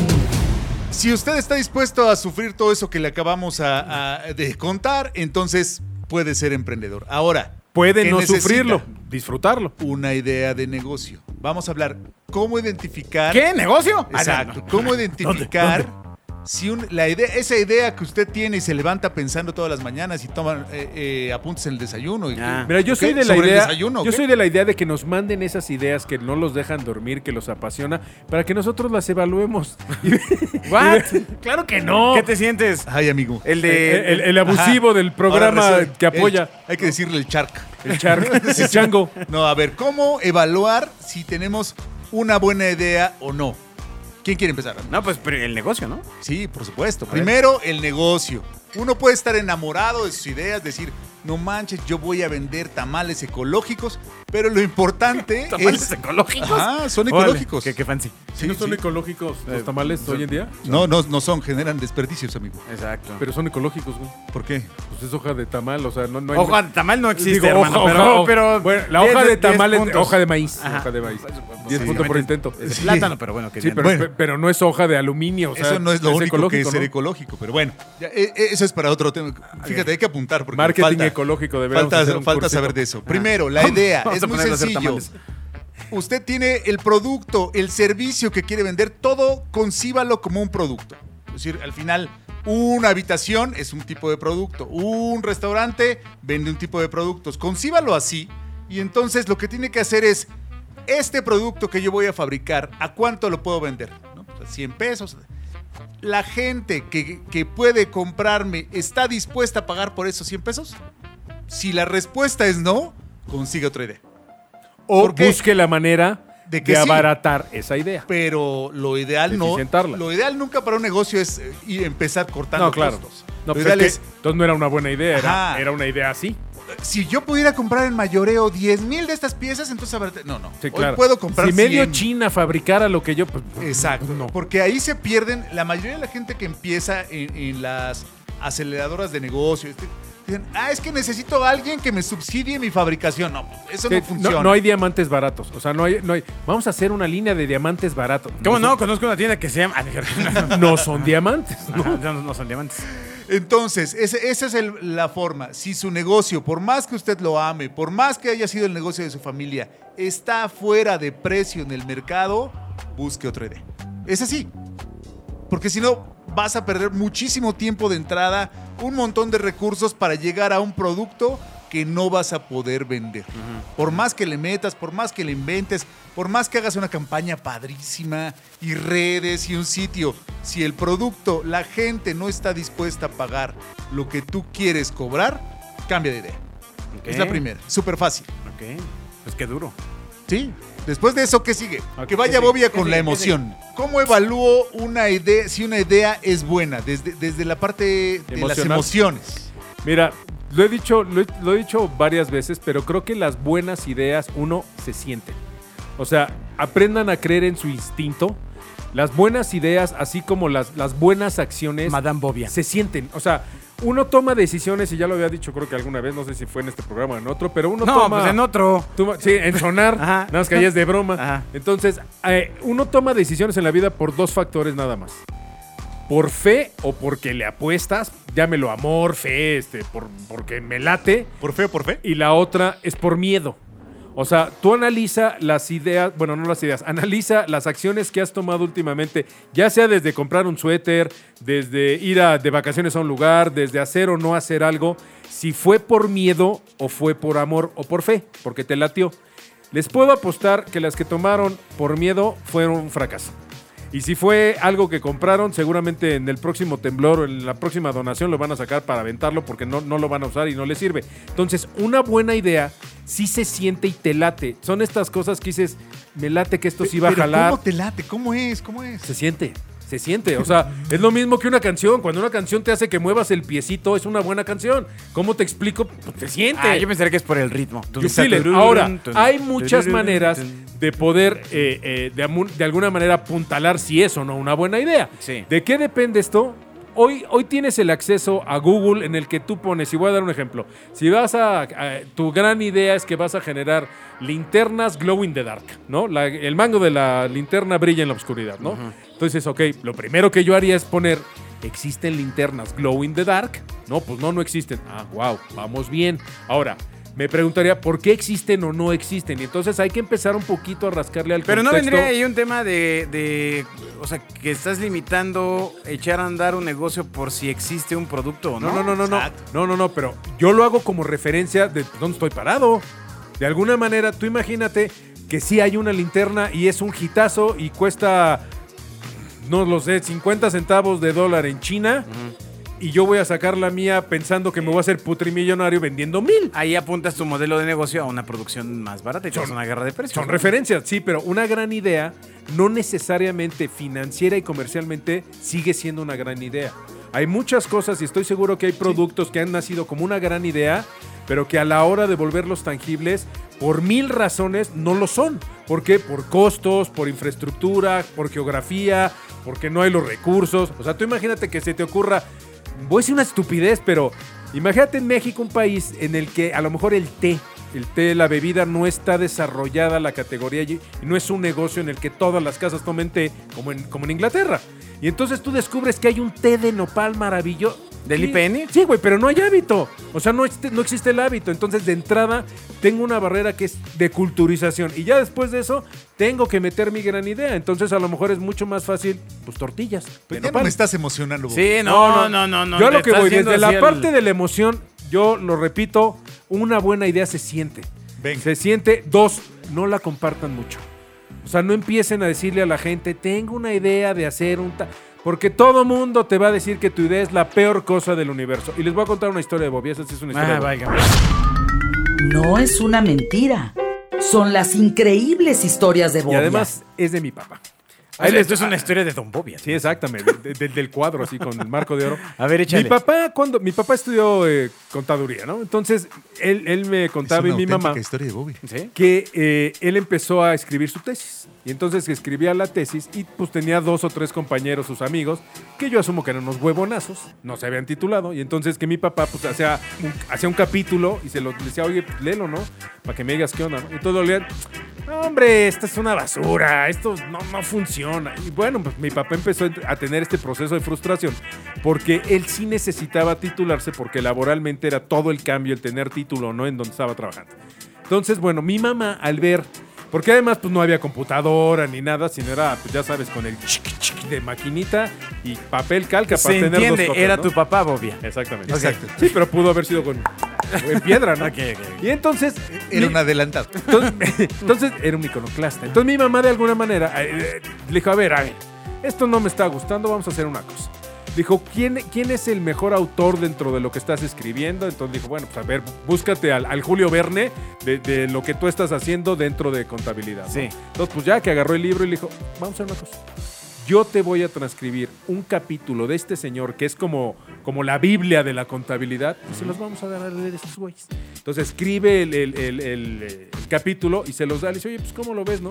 [SPEAKER 4] Si usted está dispuesto a sufrir todo eso que le acabamos a- a- de contar, entonces puede ser emprendedor. Ahora,
[SPEAKER 5] Puede
[SPEAKER 4] ¿qué
[SPEAKER 5] no
[SPEAKER 4] necesita?
[SPEAKER 5] sufrirlo, disfrutarlo.
[SPEAKER 4] Una idea de negocio. Vamos a hablar cómo identificar.
[SPEAKER 3] ¿Qué?
[SPEAKER 5] Ah,
[SPEAKER 3] ¿Negocio?
[SPEAKER 4] Exacto. ¿Cómo identificar si un- la idea, esa idea que usted tiene y se levanta pensando todas las mañanas y toma eh, eh, apuntes en el desayuno? Y,
[SPEAKER 3] Ah.
[SPEAKER 5] Mira, yo soy
[SPEAKER 4] ¿Qué?
[SPEAKER 5] de la
[SPEAKER 4] ¿Sobre el
[SPEAKER 5] idea.
[SPEAKER 4] desayuno o
[SPEAKER 5] yo
[SPEAKER 4] qué?
[SPEAKER 5] soy de la idea de que nos manden esas ideas que no los dejan dormir, que los apasiona, para que nosotros las evaluemos. Y ve-
[SPEAKER 3] ¿What?
[SPEAKER 5] y ve- claro que no.
[SPEAKER 3] ¿Qué te sientes?
[SPEAKER 4] Ay, amigo.
[SPEAKER 3] El
[SPEAKER 5] El,
[SPEAKER 3] de.
[SPEAKER 5] Eh, el- el abusivo
[SPEAKER 4] Ajá.
[SPEAKER 5] del programa
[SPEAKER 4] Ahora resulta-
[SPEAKER 5] que apoya
[SPEAKER 4] el- hay que decirle el charca.
[SPEAKER 5] el, char- el chango.
[SPEAKER 4] No, a ver, ¿cómo evaluar si tenemos una buena idea o no? ¿Quién quiere empezar?
[SPEAKER 3] No, pues pero el negocio, ¿no?
[SPEAKER 4] Sí, por supuesto. Primero, el negocio. Uno puede estar enamorado de sus ideas, decir, no manches, yo voy a vender tamales ecológicos, pero lo importante
[SPEAKER 3] Tamales
[SPEAKER 4] es...
[SPEAKER 3] ecológicos.
[SPEAKER 4] Ajá, son
[SPEAKER 3] Órale,
[SPEAKER 4] ecológicos.
[SPEAKER 3] Qué, qué fancy.
[SPEAKER 4] Sí,
[SPEAKER 5] no son
[SPEAKER 4] sí.
[SPEAKER 5] ecológicos
[SPEAKER 3] Eh,
[SPEAKER 5] los tamales
[SPEAKER 3] son-
[SPEAKER 5] hoy en día,
[SPEAKER 4] No, no, no son, generan desperdicios, amigo.
[SPEAKER 3] Exacto.
[SPEAKER 5] pero son ecológicos, güey.
[SPEAKER 4] ¿Por qué?
[SPEAKER 5] Pues es hoja de tamal, o sea, no, no hay.
[SPEAKER 3] hoja de tamal no existe,
[SPEAKER 5] Digo,
[SPEAKER 3] hermano.
[SPEAKER 5] hoja-
[SPEAKER 3] pero,
[SPEAKER 5] hoja-
[SPEAKER 3] pero-
[SPEAKER 5] bueno, la
[SPEAKER 3] diez-
[SPEAKER 5] hoja de
[SPEAKER 3] diez
[SPEAKER 5] tamal es
[SPEAKER 3] puntos.
[SPEAKER 5] hoja de maíz.
[SPEAKER 3] Ajá. Pues,
[SPEAKER 5] Hoja de maíz. 10
[SPEAKER 4] Sí,
[SPEAKER 5] puntos por
[SPEAKER 4] sí.
[SPEAKER 5] intento.
[SPEAKER 3] Es
[SPEAKER 4] Sí.
[SPEAKER 3] plátano, pero bueno, que
[SPEAKER 5] Sí,
[SPEAKER 3] bien.
[SPEAKER 5] pero,
[SPEAKER 4] Bueno.
[SPEAKER 5] pe- pero no es hoja de aluminio. o sea,
[SPEAKER 4] eso no es lo único que es
[SPEAKER 5] ecológico,
[SPEAKER 4] ser
[SPEAKER 5] ¿no?
[SPEAKER 4] ecológico, pero bueno, ya, e- e- eso es para otro tema. Fíjate, hay que apuntar porque
[SPEAKER 5] Marketing
[SPEAKER 4] falta-
[SPEAKER 5] ecológico, deberíamos
[SPEAKER 4] Falta,
[SPEAKER 5] hacer un
[SPEAKER 4] falta
[SPEAKER 5] cursito. Ah.
[SPEAKER 4] saber de eso. Primero, la idea
[SPEAKER 3] Vamos
[SPEAKER 4] es
[SPEAKER 3] a
[SPEAKER 4] muy
[SPEAKER 3] ponerlo a hacer
[SPEAKER 4] sencillo.
[SPEAKER 3] tamales.
[SPEAKER 4] Usted tiene el producto, el servicio que quiere vender, todo concíbalo como un producto. Es decir, al final, una habitación es un tipo de producto, un restaurante vende un tipo de productos. Concíbalo así y entonces lo que tiene que hacer es, este producto que yo voy a fabricar, ¿a cuánto lo puedo vender? ¿No? O sea, 100 pesos. ¿La gente que, que puede comprarme está dispuesta a pagar por esos 100 pesos? Si la respuesta es no, consigue otra idea.
[SPEAKER 5] O
[SPEAKER 4] ¿Por qué?
[SPEAKER 5] busque la manera de,
[SPEAKER 4] De que sí.
[SPEAKER 5] abaratar esa idea.
[SPEAKER 4] pero lo ideal no.
[SPEAKER 5] Eficientarla.
[SPEAKER 4] Lo ideal nunca para un negocio es eh, y empezar cortando
[SPEAKER 5] No, claro.
[SPEAKER 4] costos.
[SPEAKER 5] No,
[SPEAKER 4] lo
[SPEAKER 5] pues
[SPEAKER 4] ideal
[SPEAKER 5] es
[SPEAKER 4] es,
[SPEAKER 5] que entonces no era una buena idea, era,
[SPEAKER 4] Ajá.
[SPEAKER 5] era una idea así.
[SPEAKER 4] si yo pudiera comprar en mayoreo 10 mil de estas piezas, entonces habrá- No, no.
[SPEAKER 5] Sí,
[SPEAKER 4] Hoy
[SPEAKER 5] claro.
[SPEAKER 4] puedo comprar
[SPEAKER 5] si medio
[SPEAKER 4] 100.
[SPEAKER 5] China fabricara lo que yo. pues,
[SPEAKER 4] Exacto.
[SPEAKER 5] No.
[SPEAKER 4] Porque ahí se pierden la mayoría de la gente que empieza en, en las aceleradoras de negocio. este, Dicen, ah, es que necesito a alguien que me subsidie mi fabricación. No, eso
[SPEAKER 5] Sí,
[SPEAKER 4] no funciona.
[SPEAKER 5] no hay diamantes baratos. O sea, no hay, no hay. Vamos a hacer una línea de diamantes baratos.
[SPEAKER 3] ¿Cómo no?
[SPEAKER 5] son-
[SPEAKER 3] Conozco una tienda que se llama. Ah, no, no,
[SPEAKER 5] No son diamantes. ¿no?
[SPEAKER 3] no, no, no son diamantes.
[SPEAKER 4] Entonces, ese- esa es el- la forma. Si su negocio, por más que usted lo ame, por más que haya sido el negocio de su familia, está fuera de precio en el mercado, busque otra idea. E. Es así. Porque si no, vas a perder muchísimo tiempo de entrada, un montón de recursos para llegar a un producto que no vas a poder vender. Por más que le metas, por más que le inventes, por más que hagas una campaña padrísima y redes y un sitio, si el producto, la gente no está dispuesta a pagar lo que tú quieres cobrar, cambia de idea.
[SPEAKER 3] Ok,
[SPEAKER 4] Es la primera, súper fácil.
[SPEAKER 3] Ok. Pues qué duro.
[SPEAKER 4] Sí. Después de eso, ¿qué sigue?
[SPEAKER 5] Ok,
[SPEAKER 4] que vaya
[SPEAKER 5] ¿qué
[SPEAKER 4] Bobia
[SPEAKER 5] sigue? ¿Qué
[SPEAKER 4] con la
[SPEAKER 5] sigue? ¿Qué
[SPEAKER 4] emoción. ¿Cómo evalúo una idea, si una idea es buena? Desde, desde la parte de las
[SPEAKER 5] Emocional.
[SPEAKER 4] emociones.
[SPEAKER 5] Mira, lo he dicho, lo he, lo he dicho varias veces, pero creo que las buenas ideas uno se siente. O sea, aprendan a creer en su instinto. Las buenas ideas, así como las, las buenas acciones,
[SPEAKER 3] Madame Bobia.
[SPEAKER 5] se sienten. O sea, uno toma decisiones, y ya lo había dicho creo que alguna vez, no sé si fue en este programa o en otro, pero uno
[SPEAKER 3] No,
[SPEAKER 5] toma...
[SPEAKER 3] pues en otro.
[SPEAKER 5] Tú- sí, en sonar.
[SPEAKER 3] Ajá.
[SPEAKER 5] Nada más que ahí es de broma.
[SPEAKER 3] Ajá.
[SPEAKER 5] Entonces, eh, uno toma decisiones en la vida por dos factores nada más. Por fe o porque le apuestas, llámelo amor, fe, este, por, porque me late.
[SPEAKER 4] ¿Por fe o por fe?
[SPEAKER 5] Y la otra es por miedo. O sea, tú analiza las ideas, bueno, no las ideas, analiza las acciones que has tomado últimamente, ya sea desde comprar un suéter, desde ir a- de vacaciones a un lugar, desde hacer o no hacer algo, si fue por miedo o fue por amor o por fe, porque te latió. Les puedo apostar que las que tomaron por miedo fueron un fracaso. Y si fue algo que compraron, seguramente en el próximo temblor o en la próxima donación lo van a sacar para aventarlo porque no, no lo van a usar y no les sirve. Entonces, una buena idea sí se siente y te late. Son estas cosas que dices, me late que esto sí va a
[SPEAKER 4] Pero
[SPEAKER 5] jalar.
[SPEAKER 4] ¿Cómo te late? ¿Cómo es? ¿Cómo es?
[SPEAKER 5] Se siente, se siente. O sea, es lo mismo que una canción. Cuando una canción te hace que muevas el piecito, es una buena canción. ¿Cómo te explico? Pues, se siente.
[SPEAKER 3] Ah, yo pensaría que es por el ritmo.
[SPEAKER 5] Yo sí le- Ahora, hay muchas maneras de poder, eh, eh, de, amu- de alguna manera, apuntalar si es o no una buena idea.
[SPEAKER 3] Sí.
[SPEAKER 5] ¿De qué depende esto? Hoy, hoy tienes el acceso a Google en el que tú pones, y voy a dar un ejemplo, si vas a, a- tu gran idea es que vas a generar linternas glow in the dark, ¿no? La- el mango de la linterna brilla en la oscuridad, ¿no? Entonces, ok, lo primero que yo haría es poner, ¿existen linternas glow in the dark? No, pues no, no existen. Ah, wow, vamos bien. Ahora, me preguntaría, ¿por qué existen o no existen? Y entonces hay que empezar un poquito a rascarle al
[SPEAKER 3] Pero no
[SPEAKER 5] contexto.
[SPEAKER 3] vendría ahí un tema de, de- O sea, que estás limitando echar a andar un negocio por si existe un producto o no.
[SPEAKER 5] No, no, no, no, no. No, no, no, pero yo lo hago como referencia de dónde estoy parado. De alguna manera, tú imagínate que sí hay una linterna y es un hitazo y cuesta, no lo sé, 50 centavos de dólar en China. Y yo voy a sacar la mía pensando que me voy a hacer putrimillonario vendiendo mil.
[SPEAKER 3] Ahí apuntas tu modelo de negocio a una producción más barata y te
[SPEAKER 5] Son-
[SPEAKER 3] haces una guerra de precios.
[SPEAKER 5] Son referencias, sí, pero una gran idea no necesariamente financiera y comercialmente sigue siendo una gran idea. Hay muchas cosas y estoy seguro que hay productos que han nacido como una gran idea, pero que a la hora de volverlos tangibles, por mil razones no lo son. ¿Por qué? Por costos, por infraestructura, por geografía, porque no hay los recursos. O sea, tú imagínate que se te ocurra, voy a decir una estupidez, pero imagínate en México un país en el que a lo mejor el té, el té, la bebida no está desarrollada la categoría y y no es un negocio en el que todas las casas tomen té como en, como en Inglaterra. Y entonces tú descubres que hay un té de nopal maravilloso.
[SPEAKER 3] ¿Del
[SPEAKER 5] Sí,
[SPEAKER 3] IPN?
[SPEAKER 5] Sí, güey, pero no hay hábito. O sea, no existe, no existe el hábito. Entonces, de entrada, tengo una barrera que es de culturización. Y ya después de eso, tengo que meter mi gran idea. Entonces, a lo mejor es mucho más fácil, pues, tortillas. de
[SPEAKER 4] Pues ya no
[SPEAKER 5] nopal.
[SPEAKER 4] me estás emocionando. Bobo.
[SPEAKER 3] Sí, no, no, no, no. no,
[SPEAKER 5] Yo a
[SPEAKER 3] le
[SPEAKER 5] lo que
[SPEAKER 3] estás
[SPEAKER 5] voy,
[SPEAKER 3] yendo
[SPEAKER 5] desde la
[SPEAKER 3] hacia el-
[SPEAKER 5] parte de la emoción, yo lo repito, una buena idea se siente.
[SPEAKER 4] Venga.
[SPEAKER 5] Se siente. Dos, no la compartan mucho. O sea, no empiecen a decirle a la gente, tengo una idea de hacer un tal. Porque todo mundo te va a decir que tu idea es la peor cosa del universo. Y les voy a contar una historia de Bobby. Esa sí es una historia.
[SPEAKER 3] Ah,
[SPEAKER 5] de Bobby.
[SPEAKER 3] vaya.
[SPEAKER 2] No es una mentira. Son las increíbles historias de
[SPEAKER 5] Y
[SPEAKER 2] Bobia.
[SPEAKER 5] además es de mi papá.
[SPEAKER 3] Ahí
[SPEAKER 5] Ahí
[SPEAKER 3] les-
[SPEAKER 5] les-
[SPEAKER 3] Esto es una historia de Don Bobby.
[SPEAKER 5] Sí, exactamente. de- de- del cuadro, así, con el marco de oro.
[SPEAKER 3] A ver, échale.
[SPEAKER 5] Mi papá, cuando, mi papá estudió eh, contaduría, ¿no? Entonces, él, él me
[SPEAKER 4] Es una
[SPEAKER 5] contaba y mi
[SPEAKER 4] auténtica
[SPEAKER 5] mamá.
[SPEAKER 4] historia de Bobby.
[SPEAKER 3] ¿Sí?
[SPEAKER 5] que eh, él empezó a escribir su tesis. Y entonces escribía la tesis y pues tenía dos o tres compañeros, sus amigos, que yo asumo que eran unos huevonazos, no se habían titulado. Y entonces que mi papá pues hacía un, hacía un capítulo y se lo le decía, oye, pues, léelo, ¿no? Para que me digas qué onda. ¿no?". Y todos lo leían, "No, hombre, esta es una basura, esto no, no funciona. Y bueno, pues mi papá empezó a tener este proceso de frustración porque él sí necesitaba titularse porque laboralmente era todo el cambio el tener título o no en donde estaba trabajando. Entonces, bueno, mi mamá al ver, porque además pues no había computadora ni nada, sino era, pues ya sabes, con el chiqui chiqui de maquinita y papel calca para
[SPEAKER 3] Se
[SPEAKER 5] tener
[SPEAKER 3] entiende,
[SPEAKER 5] dos copias,
[SPEAKER 3] era
[SPEAKER 5] ¿no?
[SPEAKER 3] tu papá, Bobby.
[SPEAKER 5] Exactamente.
[SPEAKER 4] Exacto.
[SPEAKER 5] Sí, pero pudo haber sido con en piedra, ¿no?
[SPEAKER 3] Ok, ok.
[SPEAKER 5] Y entonces mi-
[SPEAKER 4] Era un adelantado.
[SPEAKER 5] entonces, entonces, era un iconoclasta. Entonces mi mamá de alguna manera eh, eh, le dijo, a ver, a ver, esto no me está gustando, vamos a hacer una cosa. Dijo, ¿quién, ¿quién es el mejor autor dentro de lo que estás escribiendo? Entonces dijo, bueno, pues a ver, búscate al, al Julio Verne de, de lo que tú estás haciendo dentro de contabilidad. ¿no?
[SPEAKER 3] Sí.
[SPEAKER 5] Entonces, pues ya que agarró el libro y le dijo, vamos a hacer una cosa. Yo te voy a transcribir un capítulo de este señor que es como, como la Biblia de la contabilidad y se los vamos a dar a leer a estos güeyes. Entonces escribe el, el- el- el, eh, el capítulo y se los da. Le dice, oye, pues ¿cómo lo ves, no?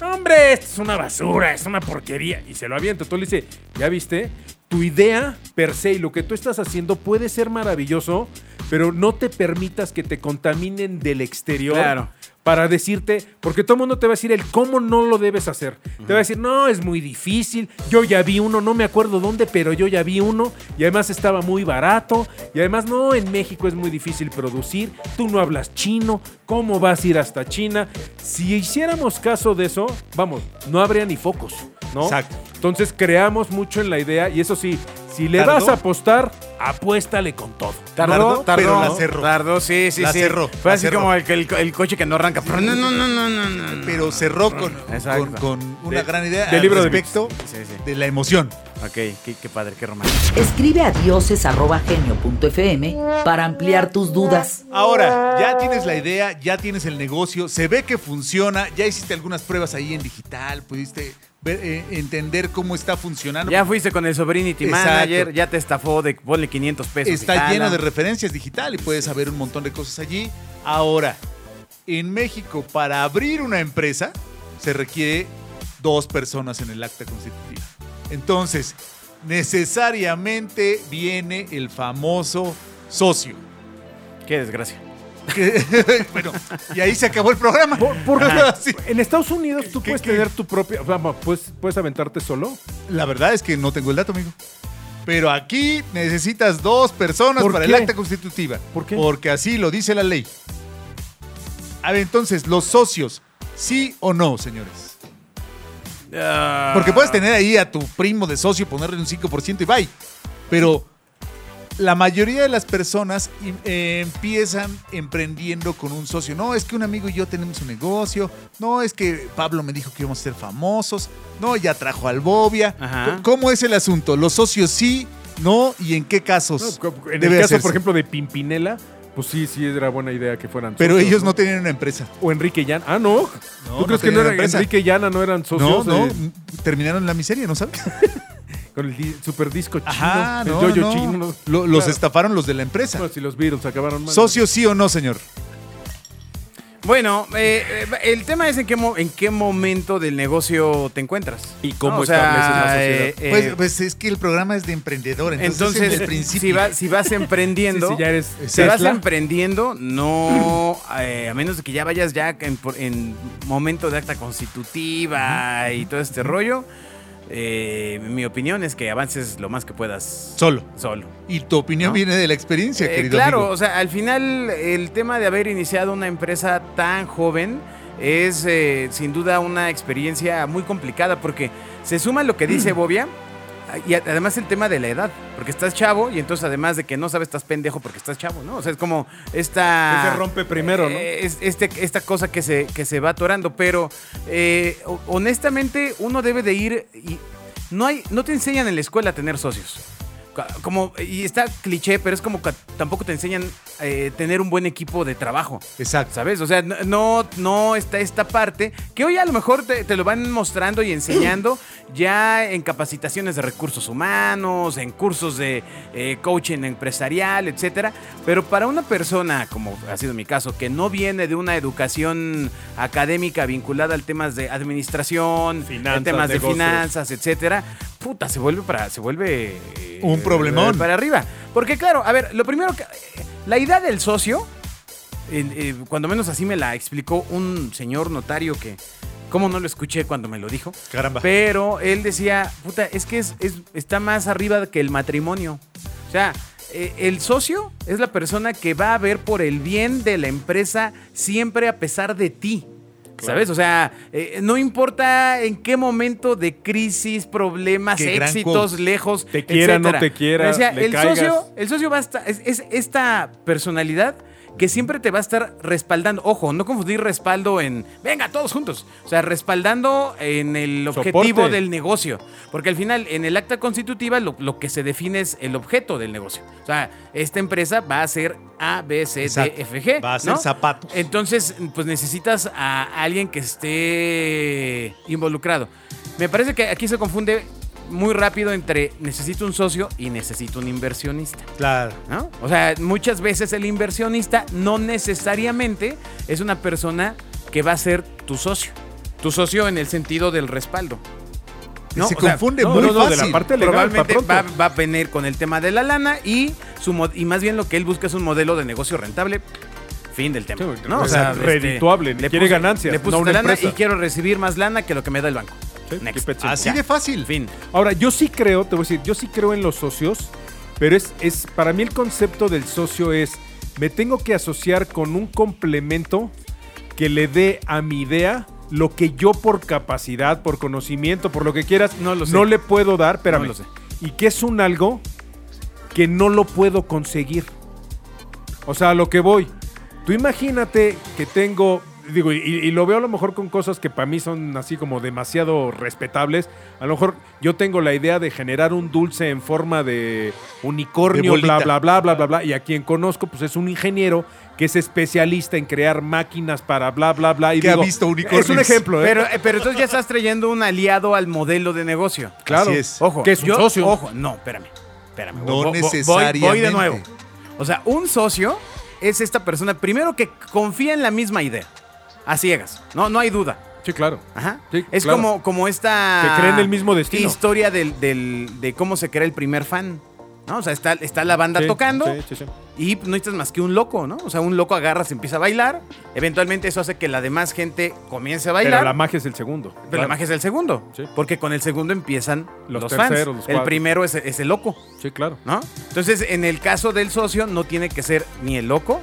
[SPEAKER 5] "No, Hombre, esto es una basura, es una porquería. Y se lo avienta. Entonces le dice, ¿ya viste? Tu idea per se y lo que tú estás haciendo puede ser maravilloso, pero no te permitas que te contaminen del exterior.
[SPEAKER 3] Claro.
[SPEAKER 5] para decirte, porque todo el mundo te va a decir el cómo no lo debes hacer. Te va a decir, no, es muy difícil, yo ya vi uno, no me acuerdo dónde, pero yo ya vi uno, y además estaba muy barato, y además no, en México es muy difícil producir, tú no hablas chino, ¿cómo vas a ir hasta China? Si hiciéramos caso de eso, vamos, no habría ni focos, ¿no?
[SPEAKER 4] Exacto.
[SPEAKER 5] Entonces creamos mucho en la idea, y eso sí, si le
[SPEAKER 4] ¿Tardó?
[SPEAKER 5] vas a apostar, apuéstale con todo.
[SPEAKER 4] Tardó, pero la
[SPEAKER 3] ¿no?
[SPEAKER 4] cerró.
[SPEAKER 3] Tardó, sí, sí,
[SPEAKER 4] La
[SPEAKER 3] sí.
[SPEAKER 4] cerró,
[SPEAKER 3] Fue
[SPEAKER 4] la
[SPEAKER 3] así
[SPEAKER 4] cerró.
[SPEAKER 3] como el, el- el coche que no arranca. No, no, no, no, no, no.
[SPEAKER 4] Pero cerró con,
[SPEAKER 3] Exacto.
[SPEAKER 4] con- con una
[SPEAKER 5] De-
[SPEAKER 4] gran idea
[SPEAKER 5] del
[SPEAKER 4] al
[SPEAKER 5] libro de
[SPEAKER 4] respecto
[SPEAKER 3] Sí, sí.
[SPEAKER 4] de la emoción.
[SPEAKER 3] Ok, qué, qué padre, qué romántico.
[SPEAKER 2] Escribe a dioses.genio.fm para ampliar tus dudas.
[SPEAKER 4] Ahora, ya tienes la idea, ya tienes el negocio, se ve que funciona, ya hiciste algunas pruebas ahí en digital, pudiste ver, eh, entender cómo está funcionando.
[SPEAKER 3] Ya fuiste con el Sobrinity
[SPEAKER 4] Exacto.
[SPEAKER 3] Manager, ya te estafó de ponle 500 pesos. y
[SPEAKER 4] está
[SPEAKER 5] Ah,
[SPEAKER 3] jala.
[SPEAKER 4] lleno de referencias digital y puedes saber un montón de cosas allí. Ahora, en México, para abrir una empresa, se requiere dos personas en el acta constitutiva. Entonces, necesariamente viene el famoso socio.
[SPEAKER 3] Qué desgracia.
[SPEAKER 4] Que- bueno, y ahí se acabó el programa.
[SPEAKER 5] Por- porque
[SPEAKER 4] Sí.
[SPEAKER 5] en Estados Unidos tú
[SPEAKER 4] ¿Qué-
[SPEAKER 5] puedes
[SPEAKER 4] qué?
[SPEAKER 5] tener tu propia. o sea, puedes, puedes aventarte solo.
[SPEAKER 4] La verdad es que no tengo el dato, amigo. Pero aquí necesitas dos personas
[SPEAKER 5] ¿Por
[SPEAKER 4] para
[SPEAKER 5] qué?
[SPEAKER 4] el acta constitutiva.
[SPEAKER 5] ¿Por qué?
[SPEAKER 4] Porque así lo dice la ley. A ver, entonces, los socios, sí o no, señores. Porque puedes tener ahí a tu primo de socio, ponerle un 5% y bye. Pero la mayoría de las personas im- eh, empiezan emprendiendo con un socio. No, es que un amigo y yo tenemos un negocio. No, es que Pablo me dijo que íbamos a ser famosos. No, ya trajo al Bobia.
[SPEAKER 3] Ajá.
[SPEAKER 4] C- ¿Cómo es el asunto? ¿Los socios sí, no y en qué casos?
[SPEAKER 5] en
[SPEAKER 4] Pues, debe
[SPEAKER 5] el caso,
[SPEAKER 4] hacerse?
[SPEAKER 5] por ejemplo, de Pimpinela, pues sí, sí era buena idea que fueran
[SPEAKER 4] Pero
[SPEAKER 5] socios,
[SPEAKER 4] ellos no tenían una empresa.
[SPEAKER 5] O Enrique Llana. Ah, no.
[SPEAKER 4] No,
[SPEAKER 5] ¿Tú
[SPEAKER 4] no
[SPEAKER 5] crees que
[SPEAKER 4] tenían
[SPEAKER 5] no era-
[SPEAKER 4] empresa.
[SPEAKER 5] Enrique y Llana no eran
[SPEAKER 4] No,
[SPEAKER 5] socios?
[SPEAKER 4] no,
[SPEAKER 5] de-
[SPEAKER 4] m- terminaron en la miseria, ¿no sabes?
[SPEAKER 5] con el di- super disco chino.
[SPEAKER 4] Ajá,
[SPEAKER 5] el
[SPEAKER 4] no,
[SPEAKER 5] yo-yo
[SPEAKER 4] no.
[SPEAKER 5] chino.
[SPEAKER 4] Lo- Los
[SPEAKER 5] Claro.
[SPEAKER 4] estafaron los de la empresa.
[SPEAKER 5] Pues, Bueno, si los Beatles acabaron mal.
[SPEAKER 4] ¿Socios sí o no, señor?
[SPEAKER 3] Bueno, eh, eh, el tema es en qué, mo- en qué momento del negocio te encuentras.
[SPEAKER 5] Y cómo
[SPEAKER 3] No,
[SPEAKER 5] estableces la sociedad.
[SPEAKER 3] eh, eh,
[SPEAKER 4] Pues, pues es que el programa es de emprendedor, entonces,
[SPEAKER 3] entonces,
[SPEAKER 4] desde el principio.
[SPEAKER 3] si, va- si vas
[SPEAKER 5] Sí,
[SPEAKER 3] emprendiendo,
[SPEAKER 5] sí, ya eres
[SPEAKER 3] si vas
[SPEAKER 5] Tesla.
[SPEAKER 3] emprendiendo, no, eh, a menos de que ya vayas ya en, por- en momento de acta constitutiva y todo este rollo, eh, mi opinión es que avances lo más que puedas
[SPEAKER 4] Solo.
[SPEAKER 3] solo.
[SPEAKER 4] Y tu opinión
[SPEAKER 3] ¿No?
[SPEAKER 4] viene de la experiencia,
[SPEAKER 3] Eh,
[SPEAKER 4] querido
[SPEAKER 3] claro,
[SPEAKER 4] amigo.
[SPEAKER 3] o sea, al final el tema de haber iniciado una empresa tan joven es eh, sin duda una experiencia muy complicada porque se suma lo que
[SPEAKER 4] Mm.
[SPEAKER 3] dice Bobia y a- además el tema de la edad, porque estás chavo y entonces además de que no sabes estás pendejo porque estás chavo, ¿no? O sea, es como esta...
[SPEAKER 5] Que se rompe primero, ¿no?
[SPEAKER 3] Eh, es- este- esta cosa que se, que se va atorando, pero eh, ho- honestamente uno debe de ir y no, hay, no te enseñan en la escuela a tener socios. Ca- Como, y está cliché, pero es como que tampoco te enseñan eh, tener un buen equipo de trabajo.
[SPEAKER 4] Exacto.
[SPEAKER 3] ¿Sabes? O sea, no- no, no está esta parte que hoy a lo mejor te, te lo van mostrando y enseñando ya en capacitaciones de recursos humanos, en cursos de eh, coaching empresarial, etcétera. Pero para una persona, como ha sido mi caso, que no viene de una educación académica vinculada al temas de administración,
[SPEAKER 5] Finanzas,
[SPEAKER 3] temas de
[SPEAKER 5] negocios.
[SPEAKER 3] finanzas, etcétera, puta, se vuelve para, se vuelve eh,
[SPEAKER 4] Un problemón.
[SPEAKER 3] para arriba. Porque claro, a ver, lo primero que la idea del socio en- eh, cuando menos así me la explicó un señor notario que, como no lo escuché cuando me lo dijo,
[SPEAKER 4] Caramba.
[SPEAKER 3] pero él decía, puta, es que es, es- está más arriba que el matrimonio. O sea, eh, el socio es la persona que va a ver por el bien de la empresa siempre a pesar de ti. ¿Sabes? O sea, eh, no importa en qué momento de crisis, problemas,
[SPEAKER 4] Qué gran
[SPEAKER 3] éxitos,
[SPEAKER 4] quote.
[SPEAKER 3] lejos.
[SPEAKER 5] Te quiera, no
[SPEAKER 3] etcétera.
[SPEAKER 5] te quiera,
[SPEAKER 3] Me decía,
[SPEAKER 5] le
[SPEAKER 3] el
[SPEAKER 5] caigas.
[SPEAKER 3] socio el socio va a esta- es, es esta personalidad que siempre te va a estar respaldando. Ojo, no confundir respaldo en, venga, todos juntos. O sea, respaldando en el objetivo
[SPEAKER 5] Soporte.
[SPEAKER 3] del negocio. Porque al final, en el acta constitutiva, lo, lo que se define es el objeto del negocio. O sea, esta empresa va a ser A, B, C, D,
[SPEAKER 4] Exacto.
[SPEAKER 3] F, G.
[SPEAKER 4] Va a ser
[SPEAKER 3] ¿no?
[SPEAKER 4] zapatos.
[SPEAKER 3] Entonces, pues necesitas a alguien que esté involucrado. Me parece que aquí se confunde muy rápido entre necesito un socio y necesito un inversionista.
[SPEAKER 4] Claro.
[SPEAKER 3] ¿no? O sea, muchas veces el inversionista no necesariamente es una persona que va a ser tu socio. Tu socio en el sentido del respaldo. ¿no?
[SPEAKER 4] se
[SPEAKER 3] O sea,
[SPEAKER 4] confunde
[SPEAKER 5] no,
[SPEAKER 4] muy
[SPEAKER 5] no, no, de la
[SPEAKER 4] fácil.
[SPEAKER 5] parte- legal,
[SPEAKER 3] Probablemente
[SPEAKER 5] pa'
[SPEAKER 3] va,
[SPEAKER 5] pronto.
[SPEAKER 3] va a venir con el tema de la lana y, su mo- y más bien lo que él busca es un modelo de negocio rentable Fin del tema.
[SPEAKER 5] Sí,
[SPEAKER 3] ¿no? este,
[SPEAKER 5] o sea, redituable,
[SPEAKER 3] le
[SPEAKER 5] quiere
[SPEAKER 3] puse-
[SPEAKER 5] ganancias,
[SPEAKER 3] Le puse
[SPEAKER 5] no una
[SPEAKER 3] lana
[SPEAKER 5] empresa.
[SPEAKER 3] y quiero recibir más lana que lo que me da el banco.
[SPEAKER 5] Sí,
[SPEAKER 3] Next.
[SPEAKER 5] qué pecho.
[SPEAKER 4] Así
[SPEAKER 3] Ya.
[SPEAKER 4] de fácil.
[SPEAKER 3] Fin.
[SPEAKER 5] Ahora, yo sí creo, te voy a decir, yo sí creo en los socios, pero es, es para mí el concepto del socio es, me tengo que asociar con un complemento que le dé a mi idea lo que yo por capacidad, por conocimiento, por lo que quieras,
[SPEAKER 3] No lo sé.
[SPEAKER 5] le puedo dar, espérame.
[SPEAKER 3] No lo sé.
[SPEAKER 5] Y que es un algo que no lo puedo conseguir. O sea, a lo que voy. Tú imagínate que tengo, digo, y, y lo veo a lo mejor con cosas que para mí son así como demasiado respetables. A lo mejor yo tengo la idea de generar un dulce en forma de
[SPEAKER 4] De
[SPEAKER 5] unicornio,
[SPEAKER 4] bolita.
[SPEAKER 5] bla, bla, bla, bla, bla, bla. Y a quien conozco, pues es un ingeniero que es especialista en crear máquinas para bla, bla, bla. Y
[SPEAKER 4] Que ha
[SPEAKER 5] digo,
[SPEAKER 4] visto unicornios.
[SPEAKER 5] Es un ejemplo, ¿eh?
[SPEAKER 3] Pero, eh, pero entonces ya estás trayendo un aliado al modelo de negocio.
[SPEAKER 5] claro.
[SPEAKER 4] Así es.
[SPEAKER 3] Ojo,
[SPEAKER 5] Que es un
[SPEAKER 3] yo-
[SPEAKER 5] socio.
[SPEAKER 3] Ojo, no, espérame. espérame.
[SPEAKER 4] No
[SPEAKER 3] Vo- vo- vo- voy- Voy,
[SPEAKER 4] necesariamente.
[SPEAKER 3] de nuevo. O sea, un socio es esta persona, primero que confía en la misma idea. A ciegas. No, no hay duda.
[SPEAKER 5] Sí, claro.
[SPEAKER 3] Ajá.
[SPEAKER 5] Sí,
[SPEAKER 3] es
[SPEAKER 5] claro.
[SPEAKER 3] como, como esta.
[SPEAKER 5] Que creen el mismo destino.
[SPEAKER 3] Historia del, del- de cómo se crea el primer fan. ¿no? O sea, está, está la banda
[SPEAKER 5] Sí,
[SPEAKER 3] tocando
[SPEAKER 5] sí, sí, sí.
[SPEAKER 3] y no necesitas más que un loco, ¿no? O sea, un loco agarra, se empieza a bailar. Eventualmente eso hace que la demás gente comience a bailar.
[SPEAKER 5] Pero la magia es el segundo.
[SPEAKER 3] Pero la magia es el segundo.
[SPEAKER 5] Sí.
[SPEAKER 3] Porque con el segundo empiezan los,
[SPEAKER 5] Los
[SPEAKER 3] fans.
[SPEAKER 5] terceros, los
[SPEAKER 3] el
[SPEAKER 5] cuartos.
[SPEAKER 3] primero es, es el loco,
[SPEAKER 5] Sí, claro.
[SPEAKER 3] ¿no? Entonces, en el caso del socio, no tiene que ser ni el loco,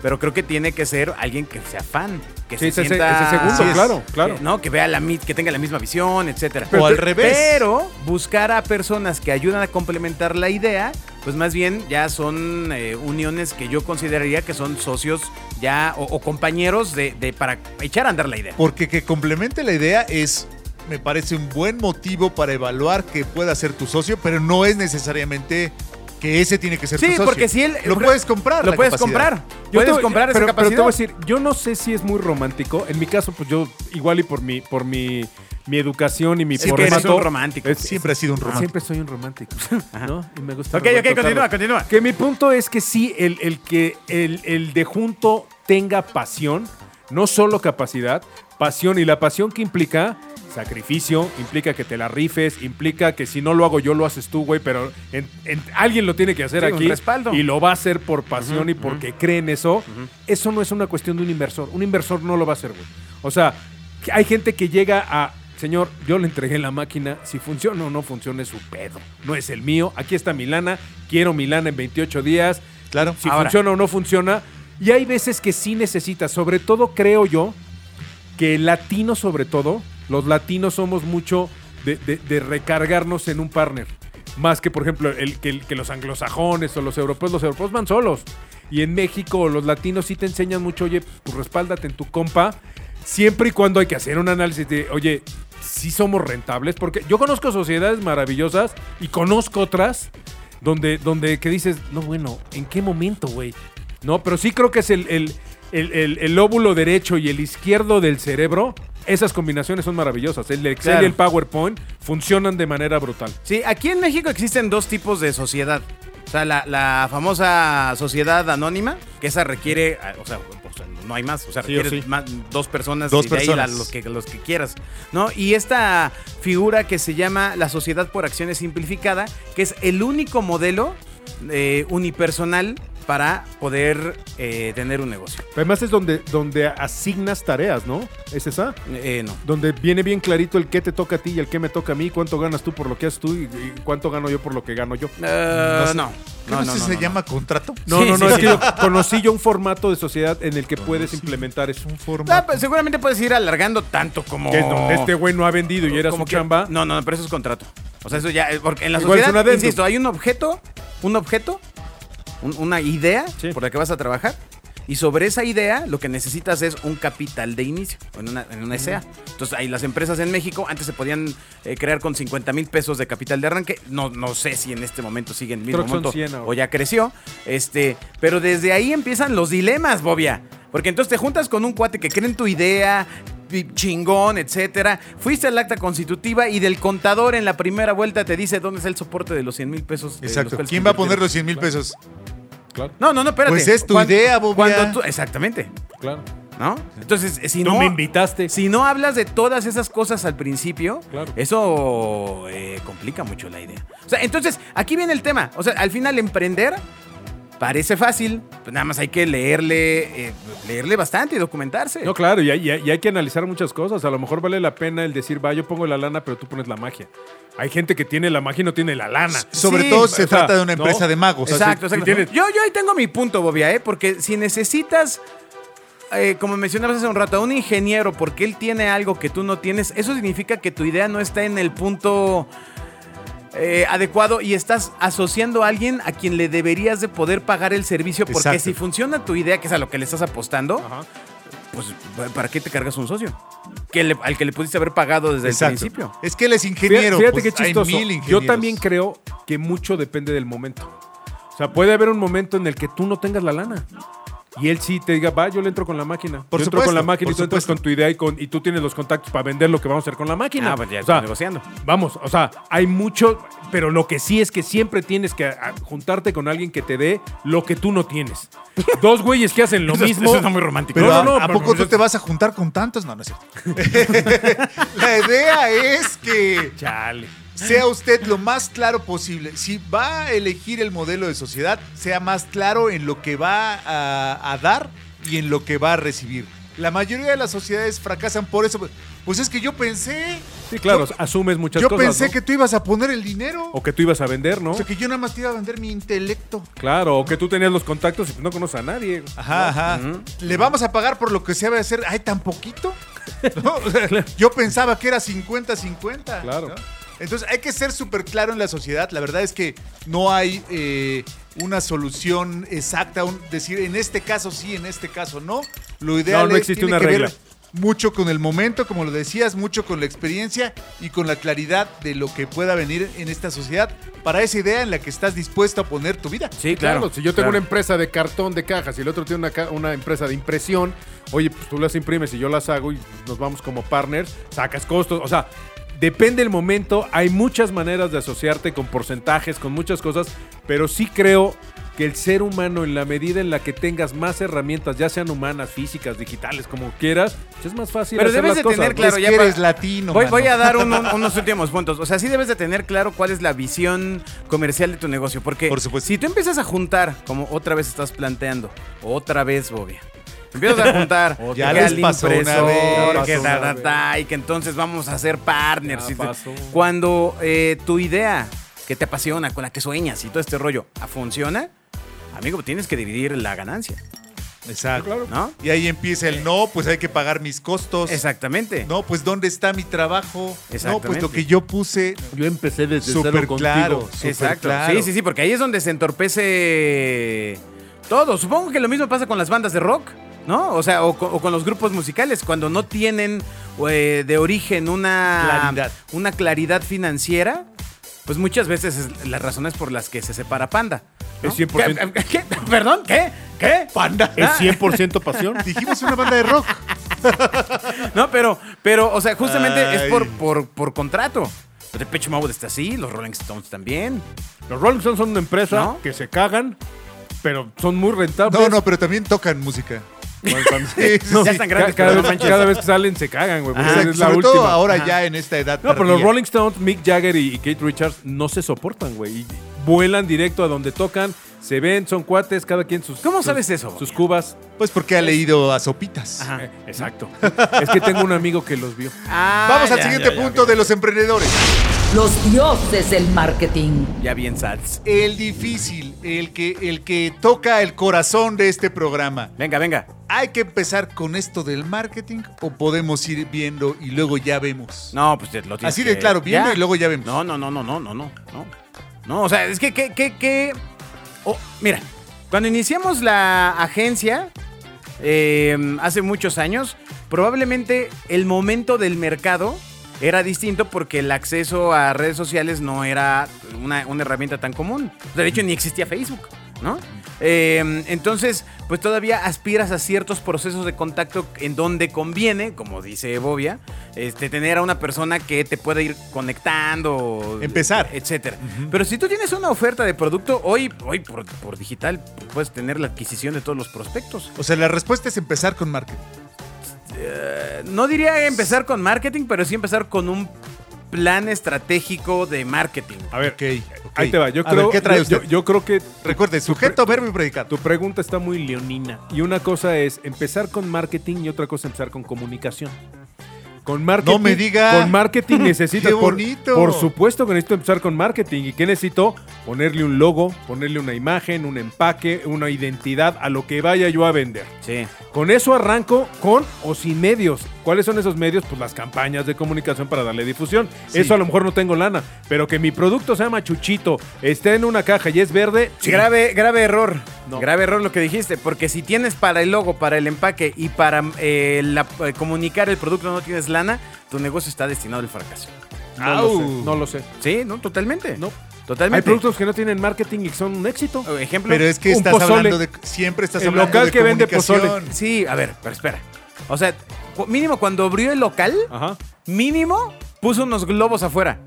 [SPEAKER 3] pero creo que tiene que ser alguien que sea fan. Que
[SPEAKER 5] Sí,
[SPEAKER 3] se
[SPEAKER 5] ese- ese
[SPEAKER 3] sienta. Sí,
[SPEAKER 5] segundo,
[SPEAKER 3] es.
[SPEAKER 5] claro, claro.
[SPEAKER 3] Que, ¿no? que vea la mi- que tenga la misma visión, etcétera.
[SPEAKER 4] O al revés.
[SPEAKER 3] Pero buscar a personas que ayudan a complementar la idea, pues más bien ya son eh, uniones que yo consideraría que son socios ya o, o compañeros de, de- para echar a andar la idea.
[SPEAKER 4] Porque que complemente la idea es, me parece un buen motivo para evaluar que pueda ser tu socio, pero no es necesariamente que ese tiene que ser tu
[SPEAKER 3] Sí,
[SPEAKER 4] socio.
[SPEAKER 3] porque si él
[SPEAKER 4] Lo puedes comprar.
[SPEAKER 3] Lo
[SPEAKER 4] la
[SPEAKER 3] puedes
[SPEAKER 4] capacidad.
[SPEAKER 3] comprar.
[SPEAKER 5] Yo
[SPEAKER 3] puedes
[SPEAKER 5] Pues te-
[SPEAKER 3] comprar esa
[SPEAKER 5] pero, pero
[SPEAKER 3] capacidad.
[SPEAKER 5] te voy a decir, yo no sé si es muy romántico. En mi caso, pues yo, igual y por mi, por mi, mi educación y mi
[SPEAKER 3] Es que eres
[SPEAKER 5] formato.
[SPEAKER 3] un romántico.
[SPEAKER 5] es-
[SPEAKER 4] Siempre ha sido un romántico.
[SPEAKER 5] Siempre soy un romántico. ¿no? Y me gusta.
[SPEAKER 3] Ok, ok,
[SPEAKER 5] remontarlo.
[SPEAKER 3] continúa, continúa.
[SPEAKER 5] Que mi punto es que sí, el, el que el, el de junto tenga pasión, no solo capacidad, pasión y la pasión que implica sacrificio, implica que te la rifes, implica que si no lo hago yo lo haces tú, güey, pero en- en- alguien lo tiene que hacer
[SPEAKER 3] Sí, un
[SPEAKER 5] aquí
[SPEAKER 3] respaldo.
[SPEAKER 5] y lo va a hacer por pasión y porque cree en eso. Eso no es una cuestión de un inversor, un inversor no lo va a hacer, güey. O sea, que hay gente que llega a Señor, yo le entregué la máquina. Si funciona o no funciona es su pedo. No es el mío. Aquí está mi lana. Quiero mi lana en 28 días
[SPEAKER 4] Claro.
[SPEAKER 5] si
[SPEAKER 3] Ahora.
[SPEAKER 5] funciona o no funciona. Y hay veces que sí necesitas, sobre todo creo yo, que el latino sobre todo, los latinos somos mucho de, de- de recargarnos en un partner. Más que, por ejemplo, el, que, el- que los anglosajones o los europeos, los europeos van solos. Y en México los latinos sí te enseñan mucho, oye, pues respáldate en tu compa. Siempre y cuando hay que hacer un análisis de, oye, sí somos rentables. Porque yo conozco sociedades maravillosas y conozco otras donde, donde que dices, no, bueno, ¿en qué momento, güey? No, pero sí creo que es el, el, el- el- el lóbulo derecho y el izquierdo del cerebro. Esas combinaciones son maravillosas. El Excel
[SPEAKER 3] Claro.
[SPEAKER 5] y el PowerPoint funcionan de manera brutal.
[SPEAKER 3] Sí, aquí en México existen dos tipos de sociedad. O sea, la, la famosa sociedad anónima, que esa requiere, ah, o sea, o sea, no hay más, o sea,
[SPEAKER 5] Sí o
[SPEAKER 3] requiere
[SPEAKER 5] sí.
[SPEAKER 3] más- dos personas
[SPEAKER 4] Dos
[SPEAKER 3] y de ahí la-
[SPEAKER 4] personas.
[SPEAKER 3] los, que, los que quieras, ¿no? Y esta figura que se llama la sociedad por acciones simplificada, que es el único modelo eh, unipersonal para poder eh, tener un negocio.
[SPEAKER 5] Además es donde, donde asignas tareas, ¿no? ¿Es esa?
[SPEAKER 3] Eh, no.
[SPEAKER 5] Donde viene bien clarito el qué te toca a ti y el qué me toca a mí, cuánto ganas tú por lo que haces tú y, y cuánto gano yo por lo que gano yo.
[SPEAKER 3] Eh,
[SPEAKER 4] sé.
[SPEAKER 3] no.
[SPEAKER 4] ¿Qué no, sé si se llama contrato?
[SPEAKER 5] No,
[SPEAKER 3] Sí,
[SPEAKER 5] no,
[SPEAKER 3] sí,
[SPEAKER 5] no, es
[SPEAKER 3] sí.
[SPEAKER 5] que yo conocí yo un formato de sociedad en el que puedes implementar eso.
[SPEAKER 4] Un
[SPEAKER 3] Ah,
[SPEAKER 4] formato.
[SPEAKER 3] pues seguramente puedes ir alargando tanto como.
[SPEAKER 5] Que es donde este güey no ha vendido y era su
[SPEAKER 3] Pues como que-
[SPEAKER 5] chamba.
[SPEAKER 3] No, no, pero eso es contrato. O sea, eso ya. eh, Porque en la
[SPEAKER 5] Igual es un
[SPEAKER 3] sociedad,
[SPEAKER 5] adendum.
[SPEAKER 3] insisto, hay un objeto, un objeto, un- una idea
[SPEAKER 5] Sí.
[SPEAKER 3] por la que vas a trabajar. Y sobre esa idea, lo que necesitas es un capital de inicio, en una, en una SEA. Entonces, ahí las empresas en México antes se podían eh, crear con 50 mil pesos de capital de arranque. No, no sé si en este momento siguen el mismo
[SPEAKER 5] Creo que son
[SPEAKER 3] monto
[SPEAKER 5] 100 ahora.
[SPEAKER 3] o ya creció. Este, pero desde ahí empiezan los dilemas, Bobia. Porque entonces te juntas con un cuate que cree en tu idea, pi- chingón, etcétera. Fuiste al acta constitutiva y del contador en la primera vuelta te dice dónde está el soporte de los 100 mil pesos. de los
[SPEAKER 4] Exacto.
[SPEAKER 3] cuales
[SPEAKER 4] ¿Quién va a poner
[SPEAKER 3] convirtieron.
[SPEAKER 4] los 100 mil pesos?
[SPEAKER 5] Claro,
[SPEAKER 3] No, no, no, espérate.
[SPEAKER 4] Pues es tu
[SPEAKER 3] Cuando-
[SPEAKER 4] idea, Bobia.
[SPEAKER 3] Cuando tú- exactamente,
[SPEAKER 5] claro.
[SPEAKER 3] ¿no? Entonces, eh, si
[SPEAKER 5] Tú
[SPEAKER 3] no...
[SPEAKER 5] me invitaste.
[SPEAKER 3] Si no hablas de todas esas cosas al principio,
[SPEAKER 5] Claro.
[SPEAKER 3] eso eh, complica mucho la idea. O sea, entonces, aquí viene el tema. O sea, al final emprender Parece fácil, pues nada más hay que leerle, eh, leerle bastante y documentarse.
[SPEAKER 5] No, claro, y hay, y hay- y hay que analizar muchas cosas. A lo mejor vale la pena el decir, va, yo pongo la lana, pero tú pones la magia. Hay gente que tiene la magia y no tiene la lana.
[SPEAKER 4] Sobre
[SPEAKER 3] Sí,
[SPEAKER 4] todo
[SPEAKER 5] o
[SPEAKER 4] se
[SPEAKER 5] sea,
[SPEAKER 4] trata de una
[SPEAKER 5] ¿no?
[SPEAKER 4] empresa de magos. o sea,
[SPEAKER 3] exacto,
[SPEAKER 4] se-
[SPEAKER 3] exacto.
[SPEAKER 5] si tienes-
[SPEAKER 3] Yo, yo ahí tengo mi punto, Bobia, ¿eh? porque si necesitas, eh, como mencionabas hace un rato, a un ingeniero porque él tiene algo que tú no tienes, eso significa que tu idea no está en el punto eh, adecuado y estás asociando a alguien a quien le deberías de poder pagar el servicio porque
[SPEAKER 4] Exacto.
[SPEAKER 3] si funciona tu idea, que es a lo que le estás apostando,
[SPEAKER 5] Ajá.
[SPEAKER 3] pues ¿para qué te cargas un socio? Que le- al que le pudiste haber pagado desde
[SPEAKER 4] exacto.
[SPEAKER 3] el principio.
[SPEAKER 4] Es que él es
[SPEAKER 5] Fíjate-
[SPEAKER 4] ingeniero.
[SPEAKER 5] Fíjate
[SPEAKER 4] pues,
[SPEAKER 5] qué
[SPEAKER 4] hay
[SPEAKER 5] chistoso.
[SPEAKER 4] mil
[SPEAKER 5] Yo
[SPEAKER 4] ingenieros.
[SPEAKER 5] también creo que mucho depende del momento. O sea, puede haber un momento en el que tú no tengas la lana. Y él sí te diga, va, yo le entro con la máquina.
[SPEAKER 4] Por
[SPEAKER 5] yo entro
[SPEAKER 4] supuesto,
[SPEAKER 5] con la máquina y
[SPEAKER 4] por
[SPEAKER 5] tú entras
[SPEAKER 4] supuesto.
[SPEAKER 5] con tu idea y, con, y tú tienes los contactos para vender lo que vamos a hacer con la máquina.
[SPEAKER 3] Ah, pues ya
[SPEAKER 5] o sea,
[SPEAKER 3] estás negociando.
[SPEAKER 5] Vamos, o sea, hay mucho, pero lo que sí es que siempre tienes que a, juntarte con alguien que te dé lo que tú no tienes. Dos güeyes que hacen lo
[SPEAKER 3] Eso-
[SPEAKER 5] mismo.
[SPEAKER 3] eso está muy romántico.
[SPEAKER 4] Pero
[SPEAKER 5] No,
[SPEAKER 4] ¿a-
[SPEAKER 5] no, no,
[SPEAKER 4] ¿a
[SPEAKER 5] pero- pues
[SPEAKER 4] poco tú te vas a juntar con tantos? No, no es cierto. La idea es que
[SPEAKER 5] Chale.
[SPEAKER 4] sea usted lo más claro posible. Si va a elegir el modelo de sociedad, sea más claro en lo que va a, a dar y en lo que va a recibir. La mayoría de las sociedades fracasan por eso. Pues es que yo pensé,
[SPEAKER 5] Sí, claro, asumes muchas
[SPEAKER 4] yo
[SPEAKER 5] cosas.
[SPEAKER 4] pensé
[SPEAKER 5] ¿no?
[SPEAKER 4] que tú ibas a poner el dinero.
[SPEAKER 5] O que tú ibas a vender, ¿no?
[SPEAKER 4] O sea, que yo nada más te iba a vender mi intelecto.
[SPEAKER 5] Claro, o que tú tenías los contactos y pues no conoces a nadie.
[SPEAKER 4] Ajá, ajá. ¿Le vamos a pagar por lo que se va a hacer? ¿Ay, tan poquito? ¿No? O sea, yo pensaba que era 50-50.
[SPEAKER 5] Claro.
[SPEAKER 4] ¿no? Entonces hay que ser súper claro en la sociedad. La verdad es que no hay eh, una solución exacta. un- decir, en este caso sí, en este caso no. Lo ideal
[SPEAKER 5] No, no
[SPEAKER 4] es-
[SPEAKER 5] existe
[SPEAKER 4] tiene
[SPEAKER 5] una
[SPEAKER 4] que ver
[SPEAKER 5] regla.
[SPEAKER 4] mucho con el momento, como lo decías, mucho con la experiencia y con la claridad de lo que pueda venir en esta sociedad para esa idea en la que estás dispuesto a poner tu vida.
[SPEAKER 3] Sí,
[SPEAKER 6] Claro,
[SPEAKER 3] claro.
[SPEAKER 6] si yo tengo
[SPEAKER 3] claro.
[SPEAKER 6] una empresa de cartón de cajas y el otro tiene una, ca- una empresa de impresión, oye, pues tú las imprimes y yo las hago y nos vamos como partners,
[SPEAKER 5] Sacas costos, o sea, depende el momento. Hay muchas maneras de asociarte con porcentajes, con muchas cosas, pero sí creo que el ser humano, en la medida en la que tengas más herramientas, ya sean humanas, físicas, digitales, como quieras, pues es más fácil.
[SPEAKER 3] Pero
[SPEAKER 5] hacer
[SPEAKER 3] debes
[SPEAKER 5] las
[SPEAKER 3] de
[SPEAKER 5] cosas,
[SPEAKER 3] tener
[SPEAKER 5] ¿no?
[SPEAKER 3] claro,
[SPEAKER 4] es
[SPEAKER 3] ya
[SPEAKER 4] que
[SPEAKER 3] pa-
[SPEAKER 4] eres latino.
[SPEAKER 3] Voy,
[SPEAKER 4] mano.
[SPEAKER 3] voy a dar un- un- unos últimos puntos. O sea, sí debes de tener claro cuál es la visión comercial de tu negocio. Porque
[SPEAKER 4] Por supuesto.
[SPEAKER 3] si tú empiezas a juntar, como otra vez estás planteando, otra vez, Bobia. Empiezas a juntar
[SPEAKER 4] Ya
[SPEAKER 3] que
[SPEAKER 4] les
[SPEAKER 3] al
[SPEAKER 4] pasó una
[SPEAKER 3] impresor,
[SPEAKER 4] vez,
[SPEAKER 3] que
[SPEAKER 4] pasó
[SPEAKER 3] ta,
[SPEAKER 4] una
[SPEAKER 3] ta, ta, y que entonces vamos a ser partners.
[SPEAKER 5] Ya
[SPEAKER 3] Y te-
[SPEAKER 5] pasó.
[SPEAKER 3] Cuando eh, tu idea que te apasiona, con la que sueñas y todo este rollo, ah, funciona, amigo, tienes que dividir la ganancia,
[SPEAKER 4] Exacto.
[SPEAKER 3] ¿no?
[SPEAKER 4] Y ahí empieza el no, pues hay que pagar mis costos.
[SPEAKER 3] Exactamente.
[SPEAKER 4] No, pues ¿dónde está mi trabajo? No, pues
[SPEAKER 3] Exactamente.
[SPEAKER 4] lo que yo puse.
[SPEAKER 7] Yo empecé desde
[SPEAKER 4] Súper
[SPEAKER 7] cero contigo.
[SPEAKER 4] claro. súper
[SPEAKER 3] Exacto.
[SPEAKER 4] claro.
[SPEAKER 3] Sí, sí, sí, porque ahí es donde se entorpece todo. Supongo que lo mismo pasa con las bandas de rock, ¿no? O sea, o co- o con, los grupos musicales, cuando no tienen eh, de origen una
[SPEAKER 4] Claridad.
[SPEAKER 3] una claridad financiera, pues muchas veces es las razones por las que se separa Panda. ¿no?
[SPEAKER 5] Es 100%.
[SPEAKER 3] ¿Qué? ¿Qué? ¿Perdón? ¿Qué? ¿Qué? Panda.
[SPEAKER 6] es 100% pasión.
[SPEAKER 4] Dijimos una banda de rock.
[SPEAKER 3] No, pero, pero, o sea, justamente es por,
[SPEAKER 4] Ay.
[SPEAKER 3] por, por contrato. The Pitch Mode está así, los Rolling Stones también.
[SPEAKER 5] Los Rolling Stones son una empresa
[SPEAKER 3] ¿No?
[SPEAKER 5] que se cagan, pero son muy rentables.
[SPEAKER 4] No, no, pero también tocan música. Sí, sí,
[SPEAKER 5] Pues No,
[SPEAKER 4] sí.
[SPEAKER 3] Ya están grandes,
[SPEAKER 5] cada,
[SPEAKER 3] pero no
[SPEAKER 5] vez,
[SPEAKER 3] manches.
[SPEAKER 5] cada vez que salen se cagan, güey. porque
[SPEAKER 4] Exacto,
[SPEAKER 5] es la
[SPEAKER 4] sobre
[SPEAKER 5] última.
[SPEAKER 4] todo ahora ya en esta edad.
[SPEAKER 5] No, pero
[SPEAKER 4] tardía.
[SPEAKER 5] los Rolling Stones, Mick Jagger y, y Kate Richards no se soportan, güey. Y Vuelan directo a donde tocan, se ven, son cuates, cada quien sus.
[SPEAKER 3] ¿Cómo
[SPEAKER 5] sus-
[SPEAKER 3] sabes eso?
[SPEAKER 5] Sus cubas.
[SPEAKER 4] Pues porque ha leído a Sopitas.
[SPEAKER 3] Ajá.
[SPEAKER 5] Eh, exacto. es que tengo un amigo que los vio.
[SPEAKER 3] Ah,
[SPEAKER 4] Vamos al
[SPEAKER 3] ya,
[SPEAKER 4] siguiente
[SPEAKER 3] ya, ya,
[SPEAKER 4] punto de los emprendedores.
[SPEAKER 2] Los dioses del marketing.
[SPEAKER 3] Ya bien sals.
[SPEAKER 4] El difícil, el que, el que toca el corazón de este programa.
[SPEAKER 3] Venga, venga.
[SPEAKER 4] ¿Hay que empezar con esto del marketing o podemos ir viendo y luego ya vemos?
[SPEAKER 3] No, pues te lo tienes
[SPEAKER 4] Así de
[SPEAKER 3] que-
[SPEAKER 4] claro, viendo
[SPEAKER 3] Ya.
[SPEAKER 4] y luego ya vemos.
[SPEAKER 3] No, no, no, no, no, no, no, no. No, o sea, es que, que, que, que- Oh, mira, cuando iniciamos la agencia eh, hace muchos años, probablemente el momento del mercado era distinto porque el acceso a redes sociales no era una, una herramienta tan común. De hecho, ni existía Facebook, ¿no? Eh, entonces, pues todavía aspiras a ciertos procesos de contacto en donde conviene, como dice Bobia, este, tener a una persona que te pueda ir conectando.
[SPEAKER 4] Empezar.
[SPEAKER 3] Etcétera. Pero si tú tienes una oferta de producto, hoy, hoy por, por digital puedes tener la adquisición de todos los prospectos.
[SPEAKER 4] O sea, la respuesta es empezar con marketing.
[SPEAKER 3] Eh, No diría empezar con marketing, pero sí empezar con un plan estratégico de marketing.
[SPEAKER 5] A ver,
[SPEAKER 4] Ok, ok.
[SPEAKER 5] ahí te va. Yo
[SPEAKER 4] A
[SPEAKER 5] creo,
[SPEAKER 4] ver, ¿qué trae
[SPEAKER 5] yo-
[SPEAKER 4] usted?
[SPEAKER 5] yo- yo creo que
[SPEAKER 4] Recuerde, sujeto, verbo y predicado.
[SPEAKER 5] Tu pregunta está muy leonina. Y una cosa es empezar con marketing y otra cosa empezar con comunicación. Con marketing.
[SPEAKER 4] No me diga.
[SPEAKER 5] Con marketing necesitas.
[SPEAKER 4] Qué
[SPEAKER 5] por-
[SPEAKER 4] bonito.
[SPEAKER 5] Por, supuesto que necesito empezar con marketing. ¿Y qué necesito? Ponerle un logo, ponerle una imagen, un empaque, una identidad a lo que vaya yo a vender.
[SPEAKER 3] Sí.
[SPEAKER 5] Con eso arranco con o sin medios. ¿Cuáles son esos medios? Pues las campañas de comunicación para darle difusión. Eso a lo mejor no tengo lana, pero que mi producto se llama Chuchito, esté en una caja y es verde. sí.
[SPEAKER 3] Grave, grave error.
[SPEAKER 5] No.
[SPEAKER 3] Grave error lo que dijiste, porque si tienes para el logo, para el empaque y para eh, la- eh, comunicar el producto no tienes lana, tu negocio está destinado al fracaso.
[SPEAKER 5] No lo sé,
[SPEAKER 4] Au.
[SPEAKER 5] no lo sé.
[SPEAKER 3] Sí, no, totalmente.
[SPEAKER 5] No.
[SPEAKER 3] totalmente.
[SPEAKER 5] Hay productos que no tienen marketing y que son un éxito.
[SPEAKER 3] Ejemplo.
[SPEAKER 4] Pero es que
[SPEAKER 5] Un
[SPEAKER 4] estás
[SPEAKER 5] pozole.
[SPEAKER 4] hablando de. Siempre estás
[SPEAKER 5] El
[SPEAKER 4] hablando
[SPEAKER 5] local
[SPEAKER 4] de
[SPEAKER 5] que vende
[SPEAKER 4] comunicación.
[SPEAKER 5] pozole.
[SPEAKER 3] Sí, a ver, pero espera. O sea, cu- mínimo cuando abrió el local,
[SPEAKER 5] Ajá.
[SPEAKER 3] mínimo puso unos globos afuera.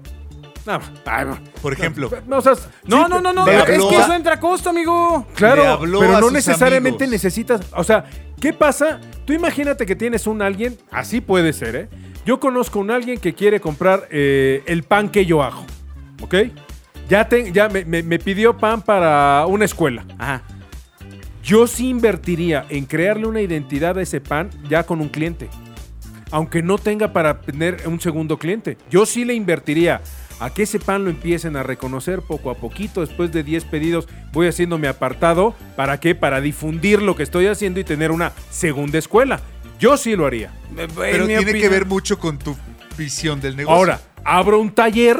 [SPEAKER 5] No, ay, no.
[SPEAKER 4] Por ejemplo,
[SPEAKER 5] No, o sea, sí,
[SPEAKER 3] No, no, no, no.
[SPEAKER 4] le
[SPEAKER 3] Es
[SPEAKER 4] habló
[SPEAKER 3] que
[SPEAKER 4] a-
[SPEAKER 3] eso entra a costo, amigo.
[SPEAKER 5] Claro,
[SPEAKER 4] Le habló
[SPEAKER 5] pero
[SPEAKER 4] a
[SPEAKER 5] no
[SPEAKER 4] sus
[SPEAKER 5] necesariamente
[SPEAKER 4] amigos.
[SPEAKER 5] necesitas. O sea, ¿qué pasa? Tú imagínate que tienes un alguien, así puede ser, ¿eh? Yo conozco un alguien que quiere comprar eh, el pan que yo hago, ¿ok? Ya, te- ya me- me- me pidió pan para una escuela.
[SPEAKER 3] Ajá.
[SPEAKER 5] Yo sí invertiría en crearle una identidad a ese pan ya con un cliente. Aunque no tenga para tener un segundo cliente. Yo sí le invertiría a que ese pan lo empiecen a reconocer poco a poquito. Después de 10 pedidos voy haciendo mi apartado. ¿Para qué? Para difundir lo que estoy haciendo y tener una segunda escuela. Yo sí lo haría.
[SPEAKER 4] pero tiene que ver mucho con tu visión del negocio.
[SPEAKER 5] Ahora, abro un taller.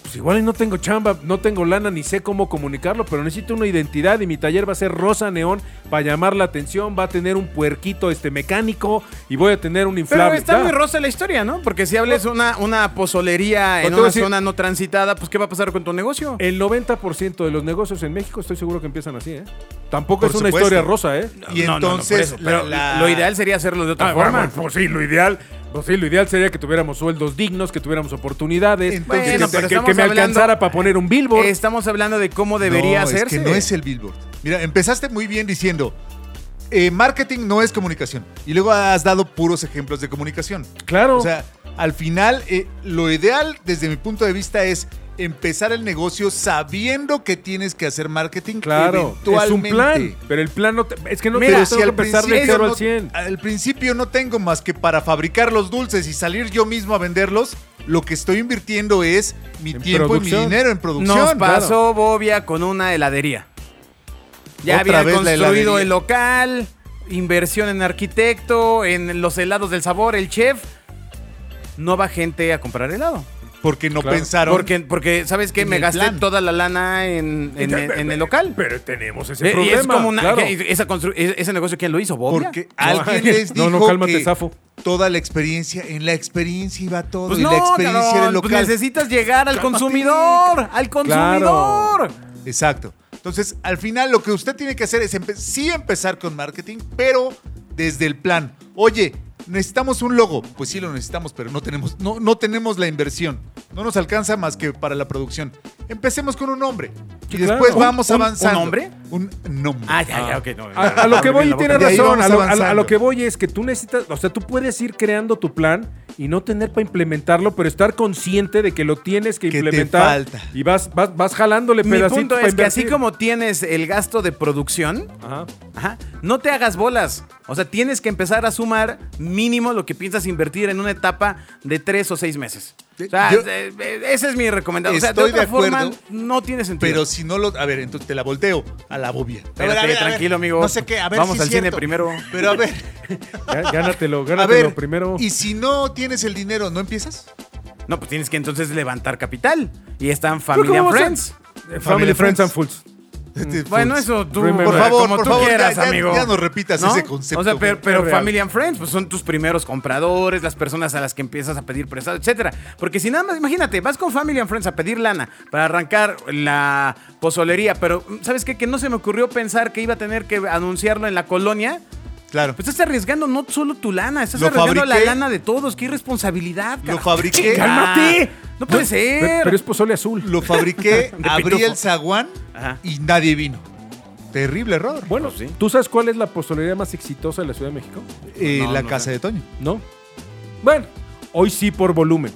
[SPEAKER 5] Pues igual y no tengo chamba, no tengo lana, ni sé cómo comunicarlo, pero necesito una identidad y mi taller va a ser rosa neón para llamar la atención, va a tener un puerquito este mecánico y voy a tener un inflable.
[SPEAKER 3] Pero está
[SPEAKER 5] Ya.
[SPEAKER 3] muy rosa la historia, ¿no? Porque si hables una, una pozolería
[SPEAKER 5] Pero
[SPEAKER 3] en
[SPEAKER 5] te voy a
[SPEAKER 3] una
[SPEAKER 5] decir- Eh,
[SPEAKER 3] zona no transitada, pues ¿qué va a pasar con tu negocio?
[SPEAKER 5] El 90% de los negocios en México estoy seguro que empiezan así, ¿eh? Tampoco
[SPEAKER 4] Por
[SPEAKER 5] es una
[SPEAKER 4] supuesto.
[SPEAKER 5] historia rosa, ¿eh?
[SPEAKER 4] y
[SPEAKER 3] No, no, no, por
[SPEAKER 4] entonces,
[SPEAKER 3] eso,
[SPEAKER 4] la-
[SPEAKER 3] pero
[SPEAKER 4] la-
[SPEAKER 3] lo ideal sería hacerlo de otra
[SPEAKER 5] Ah,
[SPEAKER 3] forma.
[SPEAKER 5] bueno, pues sí, lo ideal. Pues sí, lo ideal sería que tuviéramos sueldos dignos, que tuviéramos oportunidades,
[SPEAKER 4] Entonces,
[SPEAKER 5] que-
[SPEAKER 4] Bueno,
[SPEAKER 5] que,
[SPEAKER 4] pero
[SPEAKER 5] que- que
[SPEAKER 3] estamos
[SPEAKER 5] me
[SPEAKER 3] hablando-
[SPEAKER 5] alcanzara para poner un billboard.
[SPEAKER 3] Estamos hablando de cómo debería
[SPEAKER 4] no,
[SPEAKER 3] hacerse.
[SPEAKER 4] Es que no es el billboard. Mira, empezaste muy bien diciendo. eh, marketing no es comunicación. Y luego has dado puros ejemplos de comunicación.
[SPEAKER 5] Claro.
[SPEAKER 4] O sea, al final, eh, lo ideal, desde mi punto de vista, es empezar el negocio sabiendo que tienes que hacer marketing.
[SPEAKER 5] Claro, es un
[SPEAKER 4] eventualmente.
[SPEAKER 5] plan, pero el plan no te- es que no
[SPEAKER 4] Mira,
[SPEAKER 5] te
[SPEAKER 4] si
[SPEAKER 5] tengo que
[SPEAKER 4] al
[SPEAKER 5] empezar
[SPEAKER 4] principio,
[SPEAKER 5] de 0
[SPEAKER 4] no-
[SPEAKER 5] al 100.
[SPEAKER 4] al principio no tengo más que para fabricar los dulces y salir yo mismo a venderlos, lo que estoy invirtiendo es mi
[SPEAKER 5] En
[SPEAKER 4] tiempo y
[SPEAKER 5] producción.
[SPEAKER 4] mi dinero en producción.
[SPEAKER 3] Nos
[SPEAKER 4] Claro.
[SPEAKER 3] pasó Bobia con una heladería. Ya
[SPEAKER 4] Otra
[SPEAKER 3] había
[SPEAKER 4] vez la
[SPEAKER 3] construido
[SPEAKER 4] heladería.
[SPEAKER 3] el local, inversión en arquitecto, en los helados del sabor, el chef. No va gente a comprar helado.
[SPEAKER 4] Porque no
[SPEAKER 5] Claro.
[SPEAKER 4] pensaron.
[SPEAKER 3] Porque, porque, ¿sabes qué?
[SPEAKER 4] En
[SPEAKER 3] Me
[SPEAKER 4] el
[SPEAKER 3] gasté
[SPEAKER 4] plan.
[SPEAKER 3] toda la lana en, en- en el local.
[SPEAKER 5] Pero tenemos ese
[SPEAKER 3] Eh, y
[SPEAKER 5] problema.
[SPEAKER 3] es como una-
[SPEAKER 5] claro.
[SPEAKER 3] ¿qué- esa constru- e- ese negocio, ¿quién lo hizo? ¿Bobia?
[SPEAKER 4] Porque ah,
[SPEAKER 5] No,
[SPEAKER 4] alguien les
[SPEAKER 5] no,
[SPEAKER 4] dijo
[SPEAKER 5] no, cálmate,
[SPEAKER 4] que
[SPEAKER 5] Zafo.
[SPEAKER 4] toda la experiencia, en la experiencia iba todo,
[SPEAKER 3] Pues
[SPEAKER 4] y
[SPEAKER 3] no,
[SPEAKER 4] la experiencia era el
[SPEAKER 3] cabrón,
[SPEAKER 4] local.
[SPEAKER 3] pues necesitas llegar al consumidor, al consumidor.
[SPEAKER 4] Exacto. Entonces, al final lo que usted tiene que hacer es empe- sí empezar con marketing, pero desde el plan. Oye, necesitamos un logo. Pues sí lo necesitamos, pero no tenemos, no, no tenemos la inversión. No nos alcanza más que para la producción. Empecemos con un nombre.
[SPEAKER 5] Sí,
[SPEAKER 4] y después
[SPEAKER 5] claro.
[SPEAKER 4] vamos
[SPEAKER 3] ¿Un- un- un
[SPEAKER 4] avanzando.
[SPEAKER 3] nombre?
[SPEAKER 4] Un nombre.
[SPEAKER 3] Ah, ya, ya, ok. no,
[SPEAKER 5] A, a lo que voy, tienes
[SPEAKER 4] De ahí
[SPEAKER 5] razón.
[SPEAKER 4] vamos
[SPEAKER 5] A lo, a lo- a
[SPEAKER 4] avanzando.
[SPEAKER 5] lo que voy es que tú necesitas, o sea, tú puedes ir creando tu plan y no tener para implementarlo, pero estar consciente de que lo tienes que,
[SPEAKER 4] Que te
[SPEAKER 5] implementar.
[SPEAKER 4] falta.
[SPEAKER 5] Y vas, vas, vas jalándole
[SPEAKER 3] Mi
[SPEAKER 5] pedacitos
[SPEAKER 3] punto
[SPEAKER 5] para
[SPEAKER 3] es que así
[SPEAKER 5] invertir.
[SPEAKER 3] como tienes el gasto de producción,
[SPEAKER 5] Ajá.
[SPEAKER 3] ajá, no te hagas bolas. O sea, tienes que empezar a sumar mínimo lo que piensas invertir en una etapa de tres o seis meses. O sea,
[SPEAKER 4] Yo-
[SPEAKER 3] eh, eh, esa es mi recomendación. O sea, de
[SPEAKER 4] Estoy de
[SPEAKER 3] otra forma,
[SPEAKER 4] acuerdo,
[SPEAKER 3] no tiene sentido.
[SPEAKER 4] Pero si no lo. A ver, entonces te la volteo a la bobia. A
[SPEAKER 3] Espérate,
[SPEAKER 4] ver, a ver, a ver.
[SPEAKER 3] tranquilo, amigo.
[SPEAKER 4] No sé qué, a ver
[SPEAKER 3] Vamos
[SPEAKER 4] si es
[SPEAKER 3] al cine
[SPEAKER 4] cierto.
[SPEAKER 3] primero.
[SPEAKER 4] Pero a ver,
[SPEAKER 5] Ya, gánatelo,
[SPEAKER 4] a
[SPEAKER 5] gánatelo
[SPEAKER 4] ver.
[SPEAKER 5] primero. eh,
[SPEAKER 4] Y si no tienes el dinero, ¿no empiezas?
[SPEAKER 3] No, pues tienes que entonces levantar capital. Y están
[SPEAKER 5] Creo que
[SPEAKER 3] Family and
[SPEAKER 5] vamos a-
[SPEAKER 3] Friends.
[SPEAKER 5] Eh, Family, Friends and Fools.
[SPEAKER 4] Este,
[SPEAKER 3] Bueno,
[SPEAKER 4] pues,
[SPEAKER 3] eso tú, eh,
[SPEAKER 5] Remember.
[SPEAKER 4] Por favor,
[SPEAKER 3] como
[SPEAKER 4] por
[SPEAKER 3] tú
[SPEAKER 4] favor,
[SPEAKER 3] quieras,
[SPEAKER 4] ya- ya-
[SPEAKER 3] amigo.
[SPEAKER 4] ya no repitas ese concepto,
[SPEAKER 3] O sea, pero,
[SPEAKER 4] güey.
[SPEAKER 3] pero
[SPEAKER 5] Es real.
[SPEAKER 3] Family and Friends, pues son tus primeros compradores, las personas a las que empiezas a pedir prestado, etcétera. Porque si nada más, imagínate, vas con Family and Friends a pedir lana para arrancar la pozolería, pero mm, ¿sabes qué? Que no se me ocurrió pensar que iba a tener que anunciarlo en la colonia.
[SPEAKER 4] Claro.
[SPEAKER 3] Pues estás arriesgando no solo tu lana, estás
[SPEAKER 4] Lo
[SPEAKER 3] arriesgando
[SPEAKER 4] fabriqué.
[SPEAKER 3] la lana de todos. ¡Qué irresponsabilidad!
[SPEAKER 4] Lo
[SPEAKER 3] carajo!
[SPEAKER 4] fabriqué.
[SPEAKER 3] ¡Cálmate! No puede ser.
[SPEAKER 5] Pero, pero es pozole azul.
[SPEAKER 4] Lo fabriqué, abrí
[SPEAKER 3] pitufo.
[SPEAKER 4] el zaguán
[SPEAKER 3] Ajá.
[SPEAKER 4] y nadie vino. Terrible error.
[SPEAKER 5] Bueno,
[SPEAKER 3] Pues sí.
[SPEAKER 5] ¿tú sabes cuál es la postolería más exitosa de la Ciudad de México?
[SPEAKER 4] Eh,
[SPEAKER 3] No,
[SPEAKER 4] la
[SPEAKER 3] no
[SPEAKER 4] casa
[SPEAKER 3] sé.
[SPEAKER 4] de Toño.
[SPEAKER 5] ¿No? Bueno, hoy sí por volumen.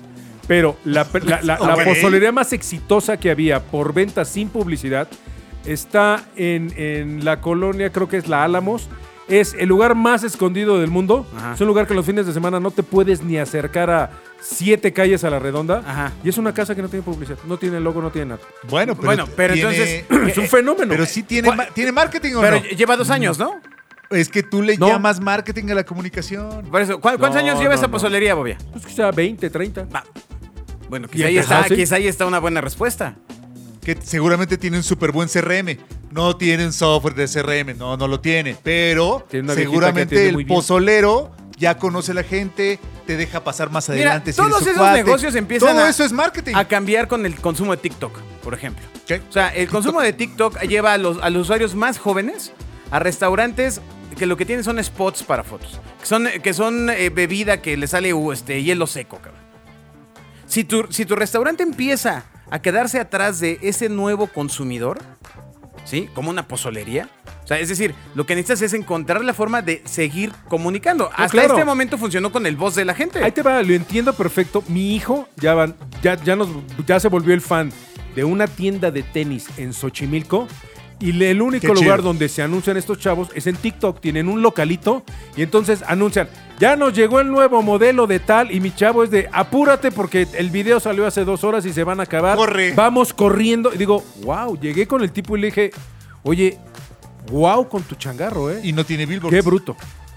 [SPEAKER 5] Pero la, la- la- la pozolería más exitosa que había por venta sin publicidad está en, en la colonia, creo que es la Álamos. Es el lugar más escondido del mundo.
[SPEAKER 3] Ajá.
[SPEAKER 5] Es un lugar que los fines de semana no te puedes ni acercar a siete calles a la redonda.
[SPEAKER 3] Ajá.
[SPEAKER 5] Y es una casa que no tiene publicidad. No tiene logo, no tiene nada.
[SPEAKER 4] Bueno, pero,
[SPEAKER 3] Bueno, pero
[SPEAKER 4] tiene-
[SPEAKER 3] entonces-
[SPEAKER 5] Es un fenómeno.
[SPEAKER 4] Pero sí tiene,
[SPEAKER 3] ¿Cuál-
[SPEAKER 4] ma- ¿tiene marketing o
[SPEAKER 3] Pero
[SPEAKER 4] no.
[SPEAKER 3] lleva dos años, ¿no?
[SPEAKER 4] Es que tú le
[SPEAKER 5] No.
[SPEAKER 4] llamas marketing a la comunicación.
[SPEAKER 3] Por eso, ¿cuál- ¿cuántos
[SPEAKER 5] No,
[SPEAKER 3] años lleva
[SPEAKER 5] no,
[SPEAKER 3] esa
[SPEAKER 5] no.
[SPEAKER 3] pozolería, Bobia?
[SPEAKER 5] Pues quizá 20, 30.
[SPEAKER 3] Va. Bueno,
[SPEAKER 5] Y
[SPEAKER 3] quizá ahí,
[SPEAKER 5] empezar
[SPEAKER 3] está,
[SPEAKER 5] así.
[SPEAKER 3] quizá ahí está una buena respuesta.
[SPEAKER 4] Que seguramente tiene un súper buen CRM. No tienen software de CRM, no, no lo tiene. Pero
[SPEAKER 5] Tiene una viejita que
[SPEAKER 4] seguramente
[SPEAKER 5] atiende muy
[SPEAKER 4] el
[SPEAKER 5] bien.
[SPEAKER 4] pozolero ya conoce a la gente, te deja pasar más
[SPEAKER 3] Mira,
[SPEAKER 4] adelante. si eres
[SPEAKER 3] todos
[SPEAKER 4] su
[SPEAKER 3] esos
[SPEAKER 4] cuate.
[SPEAKER 3] negocios empiezan
[SPEAKER 4] Todo
[SPEAKER 3] a-
[SPEAKER 4] eso es marketing.
[SPEAKER 3] A cambiar con el consumo de TikTok, por ejemplo.
[SPEAKER 4] ¿Qué?
[SPEAKER 3] O sea, el consumo de TikTok lleva a los, a los usuarios más jóvenes a restaurantes que lo que tienen son spots para fotos. Que son, que son eh, bebida que le sale uh, este, hielo seco, cabrón. Si tu, si tu restaurante empieza a quedarse atrás de ese nuevo consumidor, ¿sí? Como una pozolería. O sea, es decir, lo que necesitas es encontrar la forma de seguir comunicando. Hasta
[SPEAKER 5] claro.
[SPEAKER 3] este momento funcionó con el voz de la gente.
[SPEAKER 5] Ahí te va, lo entiendo perfecto. Mi hijo ya, van, ya, ya, nos, ya se volvió el fan de una tienda de tenis en Xochimilco. Y le- el único
[SPEAKER 4] Qué chido.
[SPEAKER 5] lugar donde se anuncian estos chavos es en TikTok. Tienen un localito y entonces anuncian, ya nos llegó el nuevo modelo de tal y mi chavo es de, apúrate porque el video salió hace dos horas y se van a acabar.
[SPEAKER 4] Corre.
[SPEAKER 5] Vamos corriendo. Y digo, wow, llegué con el tipo y le dije, oye, wow con tu changarro, ¿eh?
[SPEAKER 4] Y no tiene billboards.
[SPEAKER 5] Qué bruto.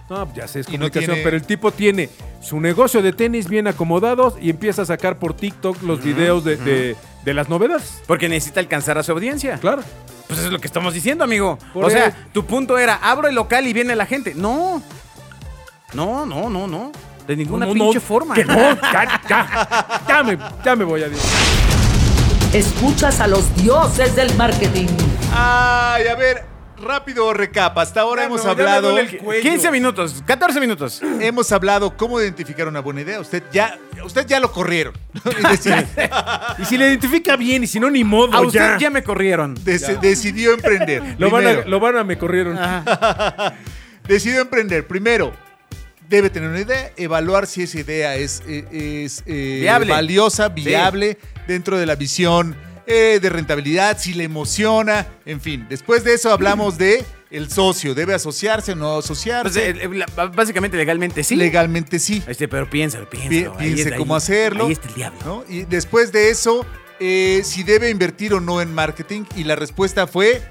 [SPEAKER 5] No, ya sé, es
[SPEAKER 4] Y no
[SPEAKER 5] comunicación,
[SPEAKER 4] tiene-
[SPEAKER 5] pero el tipo tiene su negocio de tenis bien acomodados y empieza a sacar por TikTok los videos de, de- de las novedades.
[SPEAKER 3] Porque necesita alcanzar a su audiencia.
[SPEAKER 5] Claro.
[SPEAKER 3] Pues eso es lo que estamos diciendo, amigo.
[SPEAKER 5] Por
[SPEAKER 3] o sea,
[SPEAKER 5] eso.
[SPEAKER 3] tu punto era, abro el local y viene la gente. No. No, no, no, no. De ninguna
[SPEAKER 5] No, no,
[SPEAKER 3] pinche
[SPEAKER 5] no,
[SPEAKER 3] forma.
[SPEAKER 5] que no, ya, ya, ya me, ya me voy a decir.
[SPEAKER 2] Escuchas a los dioses del marketing.
[SPEAKER 4] Ay, a ver, rápido recap. Hasta ahora
[SPEAKER 5] Ya
[SPEAKER 4] hemos
[SPEAKER 5] no, ya me
[SPEAKER 4] hablado.
[SPEAKER 5] duele el cuello.
[SPEAKER 3] 15 minutos, 14 minutos.
[SPEAKER 4] Hemos hablado cómo identificar una buena idea. Usted ya, usted ya lo corrieron. Es decir,
[SPEAKER 5] Y si le identifica bien y si no, ni modo.
[SPEAKER 3] A usted ya.
[SPEAKER 5] ya.
[SPEAKER 3] me corrieron.
[SPEAKER 4] des- decidió emprender.
[SPEAKER 5] Lo, van a,
[SPEAKER 4] Primero.
[SPEAKER 5] lo van a me corrieron.
[SPEAKER 4] Decido emprender. Primero, debe tener una idea, evaluar si esa idea es, eh, es, eh,
[SPEAKER 3] Viable.
[SPEAKER 4] valiosa, viable, dentro de la visión eh, de rentabilidad, si le emociona, en fin. Después de eso hablamos de el socio, debe asociarse o no
[SPEAKER 3] Pues,
[SPEAKER 4] asociarse.
[SPEAKER 3] eh, eh, la- básicamente legalmente sí.
[SPEAKER 4] Legalmente sí.
[SPEAKER 3] Este, pero piénsalo, piénsalo.
[SPEAKER 4] Pi-
[SPEAKER 3] Ahí
[SPEAKER 4] piense
[SPEAKER 3] es-
[SPEAKER 4] cómo
[SPEAKER 3] ahí-
[SPEAKER 4] hacerlo.
[SPEAKER 3] Ahí está el diablo.
[SPEAKER 4] ¿no? Y después de eso, eh, si debe invertir o no en marketing, y la respuesta fue,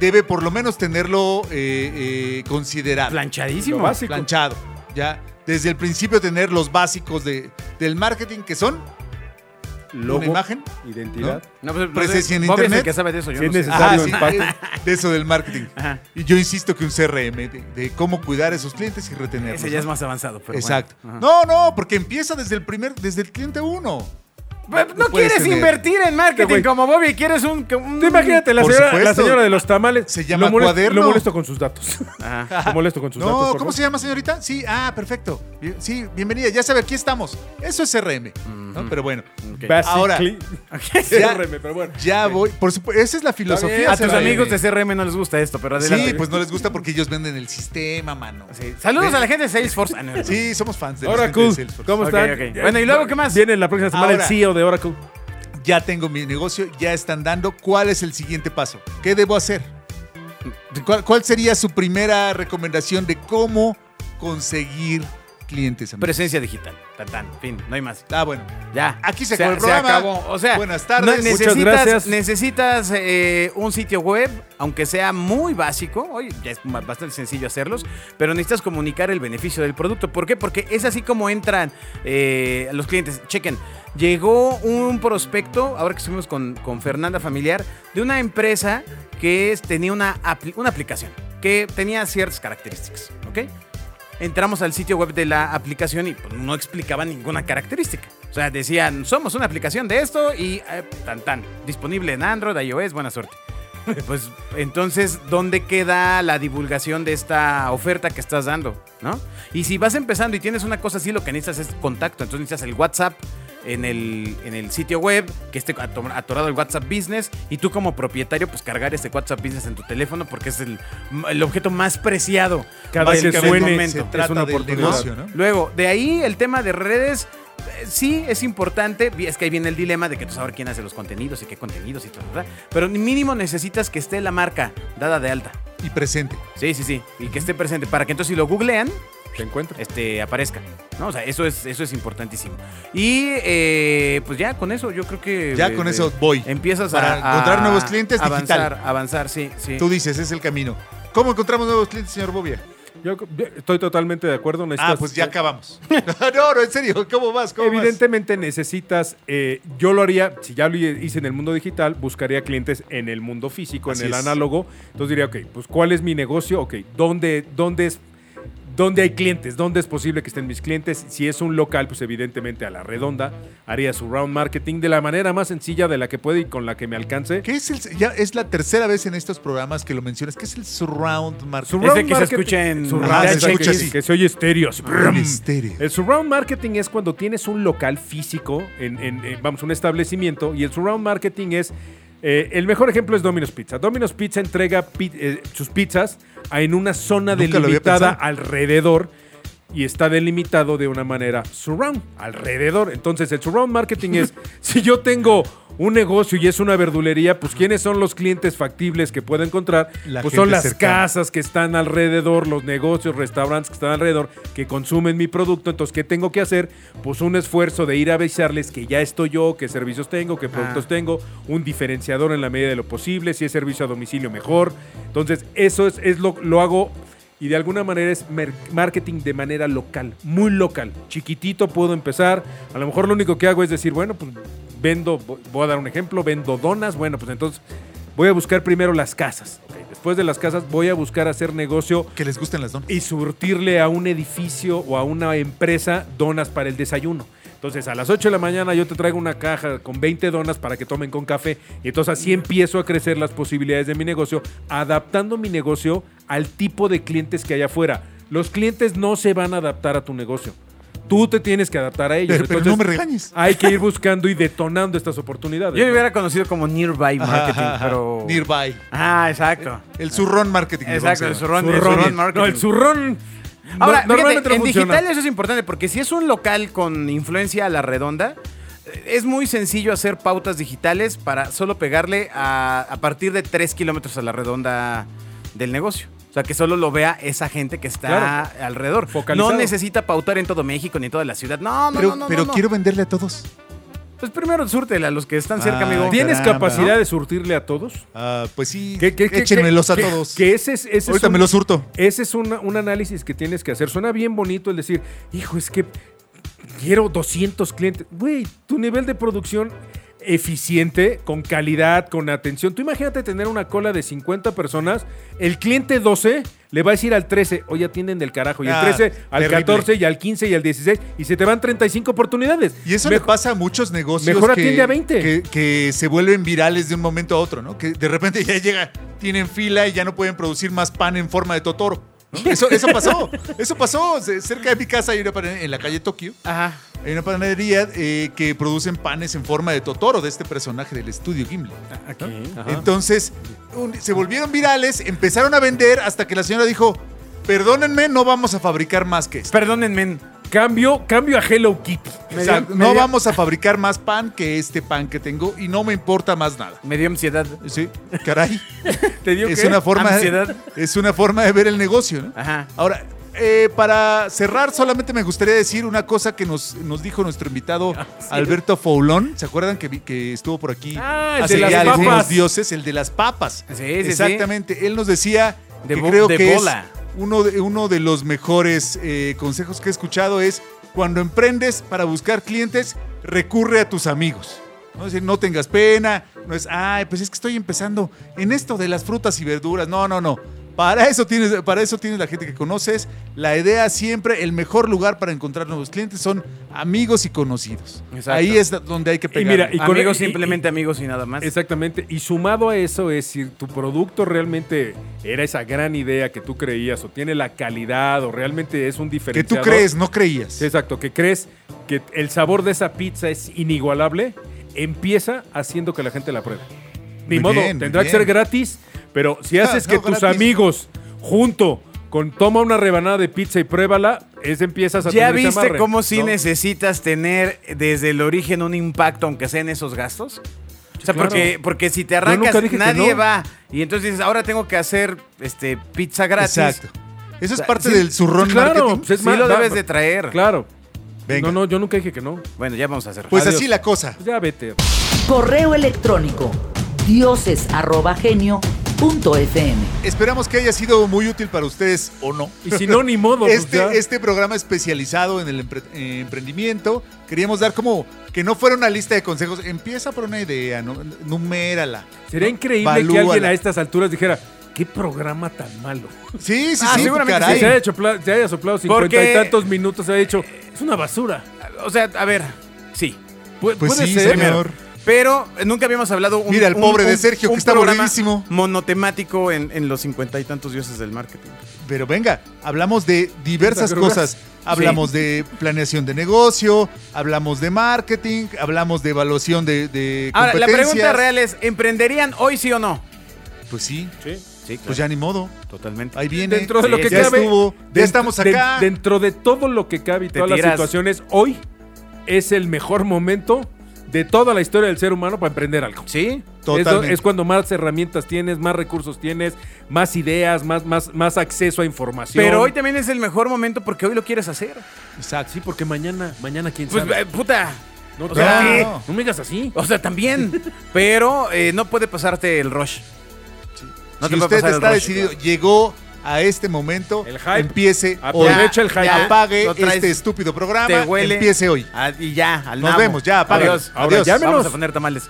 [SPEAKER 4] debe por lo menos tenerlo eh, eh, considerado.
[SPEAKER 3] Planchadísimo.
[SPEAKER 5] Lo básico.
[SPEAKER 4] planchado. Ya desde el principio tener los básicos de, del marketing que son
[SPEAKER 5] Logo,
[SPEAKER 4] una imagen.
[SPEAKER 5] Identidad.
[SPEAKER 3] No, pues, no
[SPEAKER 4] Presencia
[SPEAKER 3] sé,
[SPEAKER 4] en
[SPEAKER 3] Bobby es el
[SPEAKER 4] internet.
[SPEAKER 3] que sabe de eso, yo
[SPEAKER 5] Si
[SPEAKER 3] no sé.
[SPEAKER 5] es necesario
[SPEAKER 4] sí,
[SPEAKER 5] empaque.
[SPEAKER 4] eh, de eso del marketing.
[SPEAKER 3] Ajá.
[SPEAKER 4] Y yo insisto que un CRM de, de cómo cuidar a esos clientes y retenerlos.
[SPEAKER 3] Ah, Ese ya es
[SPEAKER 4] ¿no?
[SPEAKER 3] más avanzado. pero bueno.
[SPEAKER 4] Exacto.
[SPEAKER 3] Ajá.
[SPEAKER 4] No, no, porque empieza desde el primer, desde el cliente uno.
[SPEAKER 3] Pues, No,
[SPEAKER 4] Lo puedes
[SPEAKER 3] quieres
[SPEAKER 4] tener.
[SPEAKER 3] invertir en marketing
[SPEAKER 5] Güey.
[SPEAKER 3] como Bobby, quieres un. un-
[SPEAKER 5] Tú imagínate, la
[SPEAKER 4] Por
[SPEAKER 5] señora, la
[SPEAKER 4] supuesto.
[SPEAKER 5] señora de los tamales.
[SPEAKER 4] Se llama
[SPEAKER 5] lo molesto,
[SPEAKER 4] cuaderno.
[SPEAKER 5] Lo molesto con sus datos.
[SPEAKER 3] Ajá.
[SPEAKER 5] Lo molesto con sus
[SPEAKER 4] No,
[SPEAKER 5] datos. por
[SPEAKER 4] ¿cómo
[SPEAKER 5] favor.
[SPEAKER 4] se llama, señorita? Sí, ah, perfecto. Bien- Sí, bienvenida, ya sabe, aquí estamos. Eso es CRM. ¿no? Pero bueno,
[SPEAKER 5] Mm,
[SPEAKER 3] Ok.
[SPEAKER 4] Ahora.
[SPEAKER 5] Basically.
[SPEAKER 4] Ya-
[SPEAKER 5] CRM, pero bueno.
[SPEAKER 4] ya voy. Por supuesto, esa es la filosofía.
[SPEAKER 3] A tus
[SPEAKER 4] CRM.
[SPEAKER 3] amigos de CRM no les gusta esto, pero adelante.
[SPEAKER 4] Sí, pues no les gusta porque ellos venden el sistema, mano.
[SPEAKER 3] Sí. Saludos
[SPEAKER 4] Ven-
[SPEAKER 3] a la gente de Salesforce. Ah, no.
[SPEAKER 4] Sí, somos fans de la gente de
[SPEAKER 5] Oracle,
[SPEAKER 4] Salesforce.
[SPEAKER 5] ¿cómo
[SPEAKER 3] Ok,
[SPEAKER 5] están?
[SPEAKER 3] ok. Bueno, ¿y luego qué más?
[SPEAKER 5] Viene la próxima semana
[SPEAKER 4] Ahora.
[SPEAKER 5] el CEO de Oracle.
[SPEAKER 4] Ya tengo mi negocio, ya están dando. ¿Cuál es el siguiente paso? ¿Qué debo hacer? ¿Cuál, cuál sería su primera recomendación de cómo conseguir clientes? amigo?
[SPEAKER 3] Presencia digital. Tan, tan. Fin. No hay más.
[SPEAKER 4] ah, bueno.
[SPEAKER 3] Ya.
[SPEAKER 4] Aquí se acabó el programa.
[SPEAKER 3] acabó. O sea,
[SPEAKER 4] Buenas tardes.
[SPEAKER 3] no-
[SPEAKER 4] Muchas
[SPEAKER 3] necesitas,
[SPEAKER 5] gracias.
[SPEAKER 3] necesitas eh, un sitio web, aunque sea muy básico. Hoy ya es ma- bastante sencillo hacerlos, pero necesitas comunicar el beneficio del producto. ¿Por qué? Porque es así como entran eh, los clientes. Chequen. Llegó un prospecto, ahora que estuvimos con, con Fernanda Familiar, de una empresa que es- tenía una, apli- una aplicación que tenía ciertas características. ¿Ok? entramos al sitio web de la aplicación y pues, no explicaba ninguna característica. O sea, decían, somos una aplicación de esto y eh, tan tan, disponible en Android, iOS, buena suerte. Pues entonces, ¿dónde queda la divulgación de esta oferta que estás dando? ¿No? Y si vas empezando y tienes una cosa así, lo que necesitas es contacto. Entonces necesitas el WhatsApp en el, en el sitio web, que esté ato- atorado el WhatsApp Business y tú como propietario pues cargar este WhatsApp Business en tu teléfono porque es el, el objeto más preciado.
[SPEAKER 5] Cada que
[SPEAKER 3] básicamente,
[SPEAKER 5] suene,
[SPEAKER 3] en el
[SPEAKER 4] se
[SPEAKER 3] momento.
[SPEAKER 4] trata
[SPEAKER 5] una
[SPEAKER 4] del
[SPEAKER 5] oportunidad.
[SPEAKER 4] negocio, ¿no?
[SPEAKER 3] Luego, de ahí el tema de redes. eh, Sí, es importante, y es que ahí viene el dilema de que tú sabes quién hace los contenidos y qué contenidos y tal, pero mínimo necesitas que esté la marca dada de alta.
[SPEAKER 4] Y presente.
[SPEAKER 3] Sí, sí, sí, y que esté presente para que entonces si lo googlean,
[SPEAKER 6] Te encuentro.
[SPEAKER 3] este, aparezca. ¿no? O sea, eso es, eso es importantísimo. Y eh, pues ya con eso, yo creo que.
[SPEAKER 4] Ya
[SPEAKER 3] eh,
[SPEAKER 4] con
[SPEAKER 3] eh,
[SPEAKER 4] eso voy.
[SPEAKER 3] Empiezas
[SPEAKER 4] Para
[SPEAKER 3] a,
[SPEAKER 4] encontrar nuevos clientes,
[SPEAKER 3] avanzar,
[SPEAKER 4] digital.
[SPEAKER 3] Avanzar, sí, sí.
[SPEAKER 4] Tú dices, es el camino. ¿Cómo encontramos nuevos clientes, señor Bobia?
[SPEAKER 5] Yo co- yo estoy totalmente de acuerdo.
[SPEAKER 4] Ah,
[SPEAKER 5] necesitas- eh,
[SPEAKER 4] pues ya acabamos. no, no, en serio, ¿cómo vas? ¿Cómo vas?
[SPEAKER 5] Evidentemente necesitas, eh, yo lo haría, si ya lo hice en el mundo digital, buscaría clientes en el mundo físico,
[SPEAKER 4] Así
[SPEAKER 5] en el
[SPEAKER 4] es.
[SPEAKER 5] análogo. Entonces diría, ok, pues ¿cuál es mi negocio? Ok, ¿dónde, dónde es... ¿Dónde hay clientes? ¿Dónde es posible que estén mis clientes? Si es un local, pues evidentemente a la redonda haría su round marketing de la manera más sencilla de la que puede y con la que me alcance.
[SPEAKER 4] ¿Qué es el, ya es la tercera vez en estos programas que lo mencionas. ¿Qué es el surround marketing?
[SPEAKER 3] Surround-
[SPEAKER 5] Surround
[SPEAKER 3] que se
[SPEAKER 5] marketing-
[SPEAKER 3] escucha en-
[SPEAKER 5] Surround,
[SPEAKER 4] Ajá, se
[SPEAKER 5] exacto,
[SPEAKER 4] escucha
[SPEAKER 5] que-
[SPEAKER 4] así.
[SPEAKER 5] Que se oye estéreo. así, brum.
[SPEAKER 4] estéreo.
[SPEAKER 5] El surround marketing es cuando tienes un local físico, en, en- en, vamos, un establecimiento, y el surround marketing es. eh, el mejor ejemplo es Domino's Pizza. Domino's Pizza entrega pi- eh, sus pizzas a- en una zona
[SPEAKER 4] Nunca lo había
[SPEAKER 5] delimitada
[SPEAKER 4] pensado.
[SPEAKER 5] alrededor y está delimitado de una manera surround, alrededor. Entonces, el surround marketing es: si yo tengo un negocio y es una verdulería, pues ¿quiénes son los clientes factibles que puedo encontrar?
[SPEAKER 4] La
[SPEAKER 5] pues
[SPEAKER 4] gente
[SPEAKER 5] son las
[SPEAKER 4] cercana.
[SPEAKER 5] casas casas que están alrededor, los negocios, restaurantes que están alrededor, que consumen mi producto. Entonces, ¿qué tengo que hacer? Pues un esfuerzo de ir a avisarles que ya estoy yo, qué servicios tengo, qué productos tengo, un diferenciador en la medida de lo posible, si es servicio a domicilio mejor. Entonces, eso es, es lo, lo hago. Y de alguna manera es mer- marketing de manera local, muy local. Chiquitito puedo empezar. A lo mejor lo único que hago es decir, bueno, pues vendo, vo- voy a dar un ejemplo, vendo donas. Bueno, pues entonces voy a buscar primero las casas. ok. Después de las casas voy a buscar hacer negocio
[SPEAKER 4] Que les gusten las donas.
[SPEAKER 5] y surtirle a un edificio o a una empresa donas para el desayuno. Entonces, a las 8 de la mañana yo te traigo una caja con 20 donas para que tomen con café. Y entonces así empiezo a crecer las posibilidades de mi negocio, adaptando mi negocio al tipo de clientes que hay afuera. Los clientes no se van a adaptar a tu negocio. Tú te tienes que adaptar a ellos.
[SPEAKER 4] Pero- pero
[SPEAKER 5] Entonces,
[SPEAKER 4] no me regañes.
[SPEAKER 5] Hay que ir buscando y detonando estas oportunidades.
[SPEAKER 3] Yo lo
[SPEAKER 5] ¿no?
[SPEAKER 3] hubiera conocido como Nearby Marketing, pero.
[SPEAKER 4] Nearby.
[SPEAKER 3] Ah, exacto.
[SPEAKER 4] El surround marketing. le vamos
[SPEAKER 3] Exacto,
[SPEAKER 4] a
[SPEAKER 3] el
[SPEAKER 4] llamar.
[SPEAKER 3] surround, el
[SPEAKER 5] Zurrón.
[SPEAKER 3] surround marketing.
[SPEAKER 5] No, el zurrón. no-
[SPEAKER 3] Ahora, fíjate,
[SPEAKER 5] normalmente no
[SPEAKER 3] en
[SPEAKER 5] funciona.
[SPEAKER 3] digital eso es importante porque si es un local con influencia a la redonda, eh, es muy sencillo hacer pautas digitales para solo pegarle a, a partir de 3 kilómetros a la redonda del negocio. O sea, que solo lo vea esa gente que está
[SPEAKER 5] Claro.
[SPEAKER 3] alrededor.
[SPEAKER 5] Focalizado.
[SPEAKER 3] No necesita pautar en todo México ni en toda la ciudad. No, no,
[SPEAKER 4] Pero,
[SPEAKER 3] no, no,
[SPEAKER 4] pero
[SPEAKER 3] no, no.
[SPEAKER 4] quiero venderle a todos.
[SPEAKER 3] Pues primero súrtela a los que están cerca,
[SPEAKER 4] Ah,
[SPEAKER 3] amigo.
[SPEAKER 4] bien.
[SPEAKER 5] ¿Tienes
[SPEAKER 4] Caramba,
[SPEAKER 5] capacidad
[SPEAKER 4] ¿no?
[SPEAKER 5] de surtirle a todos?
[SPEAKER 4] Ah, pues sí.
[SPEAKER 5] ¿Qué- qué- qué-
[SPEAKER 4] Échenmelos a
[SPEAKER 5] qué-
[SPEAKER 4] todos.
[SPEAKER 5] Que ese es, ese es
[SPEAKER 4] Ahorita
[SPEAKER 5] un-
[SPEAKER 4] me los hurto.
[SPEAKER 5] Ese es una- un análisis que tienes que hacer. Suena bien bonito el decir, hijo, es que quiero 200 clientes. Güey, tu nivel de producción eficiente, con calidad, con atención. Tú imagínate tener una cola de 50 personas, el cliente 12 le va a decir al 13, oye, atienden del carajo, y el
[SPEAKER 4] Ah,
[SPEAKER 5] 13 al
[SPEAKER 4] terrible.
[SPEAKER 5] 14 y al 15 y al 16, y se te van 35 oportunidades.
[SPEAKER 4] Y eso le
[SPEAKER 5] Mejor-
[SPEAKER 4] pasa a muchos negocios
[SPEAKER 5] mejor
[SPEAKER 4] que,
[SPEAKER 5] atiende a 20.
[SPEAKER 4] Que, que se vuelven virales de un momento a otro, ¿no? Que de repente ya llega, tienen fila y ya no pueden producir más pan en forma de totoro. ¿no? Eso, eso pasó, eso pasó. C- Cerca de mi casa hay una panadería, en la calle Tokio,
[SPEAKER 3] Ajá.
[SPEAKER 4] hay una panadería eh, que producen panes en forma de totoro de este personaje del estudio Gimli.
[SPEAKER 5] Ah,
[SPEAKER 4] ¿no? Entonces, un- se volvieron virales, empezaron a vender hasta que la señora dijo, perdónenme, no vamos a fabricar más que esto.
[SPEAKER 3] Perdónenme.
[SPEAKER 5] Cambio, cambio a Hello Kitty.
[SPEAKER 4] O sea, no vamos a fabricar más pan que este pan que tengo y no me importa más nada.
[SPEAKER 3] Me dio ansiedad.
[SPEAKER 4] Sí, caray.
[SPEAKER 5] Te digo
[SPEAKER 4] es
[SPEAKER 5] que-
[SPEAKER 4] una forma de,
[SPEAKER 3] ansiedad. Ah.
[SPEAKER 4] es una forma de ver el negocio, ¿no?
[SPEAKER 3] Ajá.
[SPEAKER 4] Ahora, eh, para cerrar, solamente me gustaría decir una cosa que nos, nos dijo nuestro invitado
[SPEAKER 3] Ah,
[SPEAKER 4] Alberto Foulón. ¿Se acuerdan que, vi- que estuvo por aquí
[SPEAKER 5] Ah, el
[SPEAKER 4] hace
[SPEAKER 5] de las
[SPEAKER 4] ya algunos
[SPEAKER 5] papas.
[SPEAKER 4] dioses? El de las papas.
[SPEAKER 3] Sí, sí, sí.
[SPEAKER 4] Exactamente. Él nos decía
[SPEAKER 3] De
[SPEAKER 4] que
[SPEAKER 3] bo-
[SPEAKER 4] creo
[SPEAKER 3] de
[SPEAKER 4] que es
[SPEAKER 3] bola.
[SPEAKER 4] uno de, uno de los mejores eh, consejos que he escuchado es cuando emprendes para buscar clientes, recurre a tus amigos. No, Es decir, no tengas pena, no es, ay, pues es que estoy empezando en esto de las frutas y verduras. No, no, no. Para eso, tienes, para eso tienes la gente que conoces. La idea siempre, el mejor lugar para encontrar nuevos clientes son amigos y conocidos.
[SPEAKER 3] Exacto.
[SPEAKER 4] Ahí es donde hay que pegar.
[SPEAKER 5] mira, y- con-
[SPEAKER 3] amigos, simplemente amigos y nada más.
[SPEAKER 5] Exactamente. Y sumado a eso es si tu producto realmente era esa gran idea que tú creías o tiene la calidad o realmente es un
[SPEAKER 4] que tú
[SPEAKER 5] diferenciador.
[SPEAKER 4] crees, no creías.
[SPEAKER 5] Sí, Exacto, que crees que el sabor de esa pizza es inigualable, empieza haciendo que la gente la pruebe. Ni
[SPEAKER 4] Muy
[SPEAKER 5] modo,
[SPEAKER 4] bien, muy
[SPEAKER 5] tendrá que
[SPEAKER 4] bien.
[SPEAKER 5] ser gratis, pero si
[SPEAKER 4] Ah,
[SPEAKER 5] haces
[SPEAKER 4] no,
[SPEAKER 5] que tus
[SPEAKER 4] gratis.
[SPEAKER 5] amigos junto con toma una rebanada de pizza y pruébala, es empiezas a
[SPEAKER 3] ¿Ya
[SPEAKER 5] tener ese
[SPEAKER 3] viste
[SPEAKER 5] amarre,
[SPEAKER 3] cómo sí
[SPEAKER 5] ¿no?
[SPEAKER 3] necesitas tener eh, desde el origen un impacto, aunque sean esos gastos? O sea,
[SPEAKER 5] claro.
[SPEAKER 3] porque, porque si te
[SPEAKER 5] nunca
[SPEAKER 3] arrancas,
[SPEAKER 5] dije que
[SPEAKER 3] nadie
[SPEAKER 5] no.
[SPEAKER 3] va. Y entonces dices, ahora tengo que hacer este, pizza gratis.
[SPEAKER 4] Exacto. Eso es parte
[SPEAKER 3] sí,
[SPEAKER 4] del zurrón
[SPEAKER 5] Claro,
[SPEAKER 4] marketing.
[SPEAKER 5] pues es
[SPEAKER 3] Sí
[SPEAKER 5] más-
[SPEAKER 3] lo
[SPEAKER 5] va-
[SPEAKER 3] debes de traer.
[SPEAKER 5] Claro.
[SPEAKER 4] Venga.
[SPEAKER 5] No, no, yo nunca dije que no.
[SPEAKER 3] Bueno, ya vamos a hacer.
[SPEAKER 4] Pues
[SPEAKER 5] Adiós.
[SPEAKER 4] así la cosa.
[SPEAKER 5] Pues ya vete.
[SPEAKER 2] Correo electrónico dioses@genio.fm.
[SPEAKER 4] Esperamos que haya sido muy útil para ustedes o no.
[SPEAKER 5] Y si no, ni modo. pues ya.
[SPEAKER 4] Este, este programa especializado en el empre- eh, emprendimiento, queríamos dar como que no fuera una lista de consejos. Empieza por una idea, nu- numérala.
[SPEAKER 5] Sería increíble que
[SPEAKER 4] Valúala.
[SPEAKER 5] alguien a este- estas alturas dijera, qué programa tan malo.
[SPEAKER 4] Sí, sí,
[SPEAKER 3] Ah,
[SPEAKER 4] sí,
[SPEAKER 3] seguramente
[SPEAKER 4] caray.
[SPEAKER 5] Si se haya, sopla- se haya soplado
[SPEAKER 3] Porque-
[SPEAKER 5] cincuenta y tantos minutos, se ha dicho, es una basura.
[SPEAKER 3] O sea, a ver, sí.
[SPEAKER 4] Pues
[SPEAKER 5] Pu- puede
[SPEAKER 4] sí,
[SPEAKER 5] ser.
[SPEAKER 4] señor.
[SPEAKER 3] Pero eh, nunca habíamos hablado un,
[SPEAKER 4] Mira, el
[SPEAKER 3] un-
[SPEAKER 4] pobre de
[SPEAKER 3] un-
[SPEAKER 4] Sergio,
[SPEAKER 3] un
[SPEAKER 4] que está
[SPEAKER 3] programa
[SPEAKER 4] aburridísimo.
[SPEAKER 3] monotemático en, en los cincuenta y tantos dioses del marketing.
[SPEAKER 4] Pero venga, hablamos de diversas
[SPEAKER 5] Verrugas.
[SPEAKER 4] cosas. Hablamos de planeación de negocio, hablamos de marketing, hablamos de evaluación de, de
[SPEAKER 3] Ahora, la
[SPEAKER 4] competencias.
[SPEAKER 3] pregunta real es, ¿emprenderían hoy sí o no?
[SPEAKER 4] Pues sí,
[SPEAKER 3] Sí,
[SPEAKER 4] pues ya ni modo.
[SPEAKER 3] Totalmente.
[SPEAKER 4] Ahí viene.
[SPEAKER 5] Dentro de lo
[SPEAKER 3] Sí,
[SPEAKER 5] que
[SPEAKER 4] ya
[SPEAKER 5] cabe.
[SPEAKER 4] estuvo, ya
[SPEAKER 5] dent-
[SPEAKER 4] estamos
[SPEAKER 5] den-
[SPEAKER 4] acá.
[SPEAKER 5] dentro de todo lo que cabe y
[SPEAKER 3] Te
[SPEAKER 5] todas las
[SPEAKER 3] tiras.
[SPEAKER 5] situaciones, hoy es el mejor momento de toda la historia del ser humano para emprender algo.
[SPEAKER 3] Sí.
[SPEAKER 5] Es,
[SPEAKER 4] Totalmente.
[SPEAKER 5] es cuando más herramientas tienes, más recursos tienes, más ideas, más, más, más acceso a información.
[SPEAKER 3] Pero hoy también es el mejor momento porque hoy lo quieres hacer.
[SPEAKER 4] Exacto.
[SPEAKER 5] Sí, porque mañana, mañana quién
[SPEAKER 3] Pues,
[SPEAKER 5] sabe.
[SPEAKER 3] eh, puta.
[SPEAKER 5] no,
[SPEAKER 3] o
[SPEAKER 5] te-
[SPEAKER 3] sea,
[SPEAKER 5] ¿qué?
[SPEAKER 4] no.
[SPEAKER 5] No me digas así.
[SPEAKER 3] O sea, también. Pero eh, no puede pasarte el rush. No
[SPEAKER 4] si
[SPEAKER 3] te puede
[SPEAKER 4] usted
[SPEAKER 3] pasar el
[SPEAKER 4] está
[SPEAKER 3] rush.
[SPEAKER 4] decidido, llegó a este momento,
[SPEAKER 5] El hype.
[SPEAKER 4] empiece hoy.
[SPEAKER 5] Aprovecha el hype.
[SPEAKER 3] ya.
[SPEAKER 4] Apague
[SPEAKER 3] Lo traes,
[SPEAKER 4] este estúpido programa,
[SPEAKER 3] Te huele.
[SPEAKER 4] empiece hoy.
[SPEAKER 3] Ah, y ya, al
[SPEAKER 4] Nos
[SPEAKER 3] nabo.
[SPEAKER 4] vemos, ya, apaga.
[SPEAKER 3] Adiós.
[SPEAKER 5] Ahora
[SPEAKER 4] Adiós.
[SPEAKER 5] llámenos.
[SPEAKER 3] Vamos a poner tamales.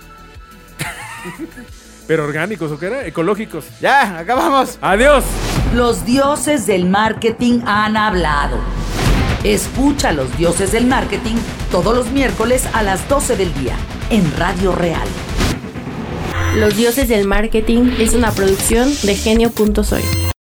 [SPEAKER 5] Pero orgánicos, ¿o qué era? Ecológicos.
[SPEAKER 3] Ya, acabamos.
[SPEAKER 5] ¡Adiós!
[SPEAKER 2] Los dioses del marketing han hablado. Escucha a los dioses del marketing todos los miércoles a las 12 del día en Radio Real.
[SPEAKER 1] Los dioses del marketing es una producción de genio.soy.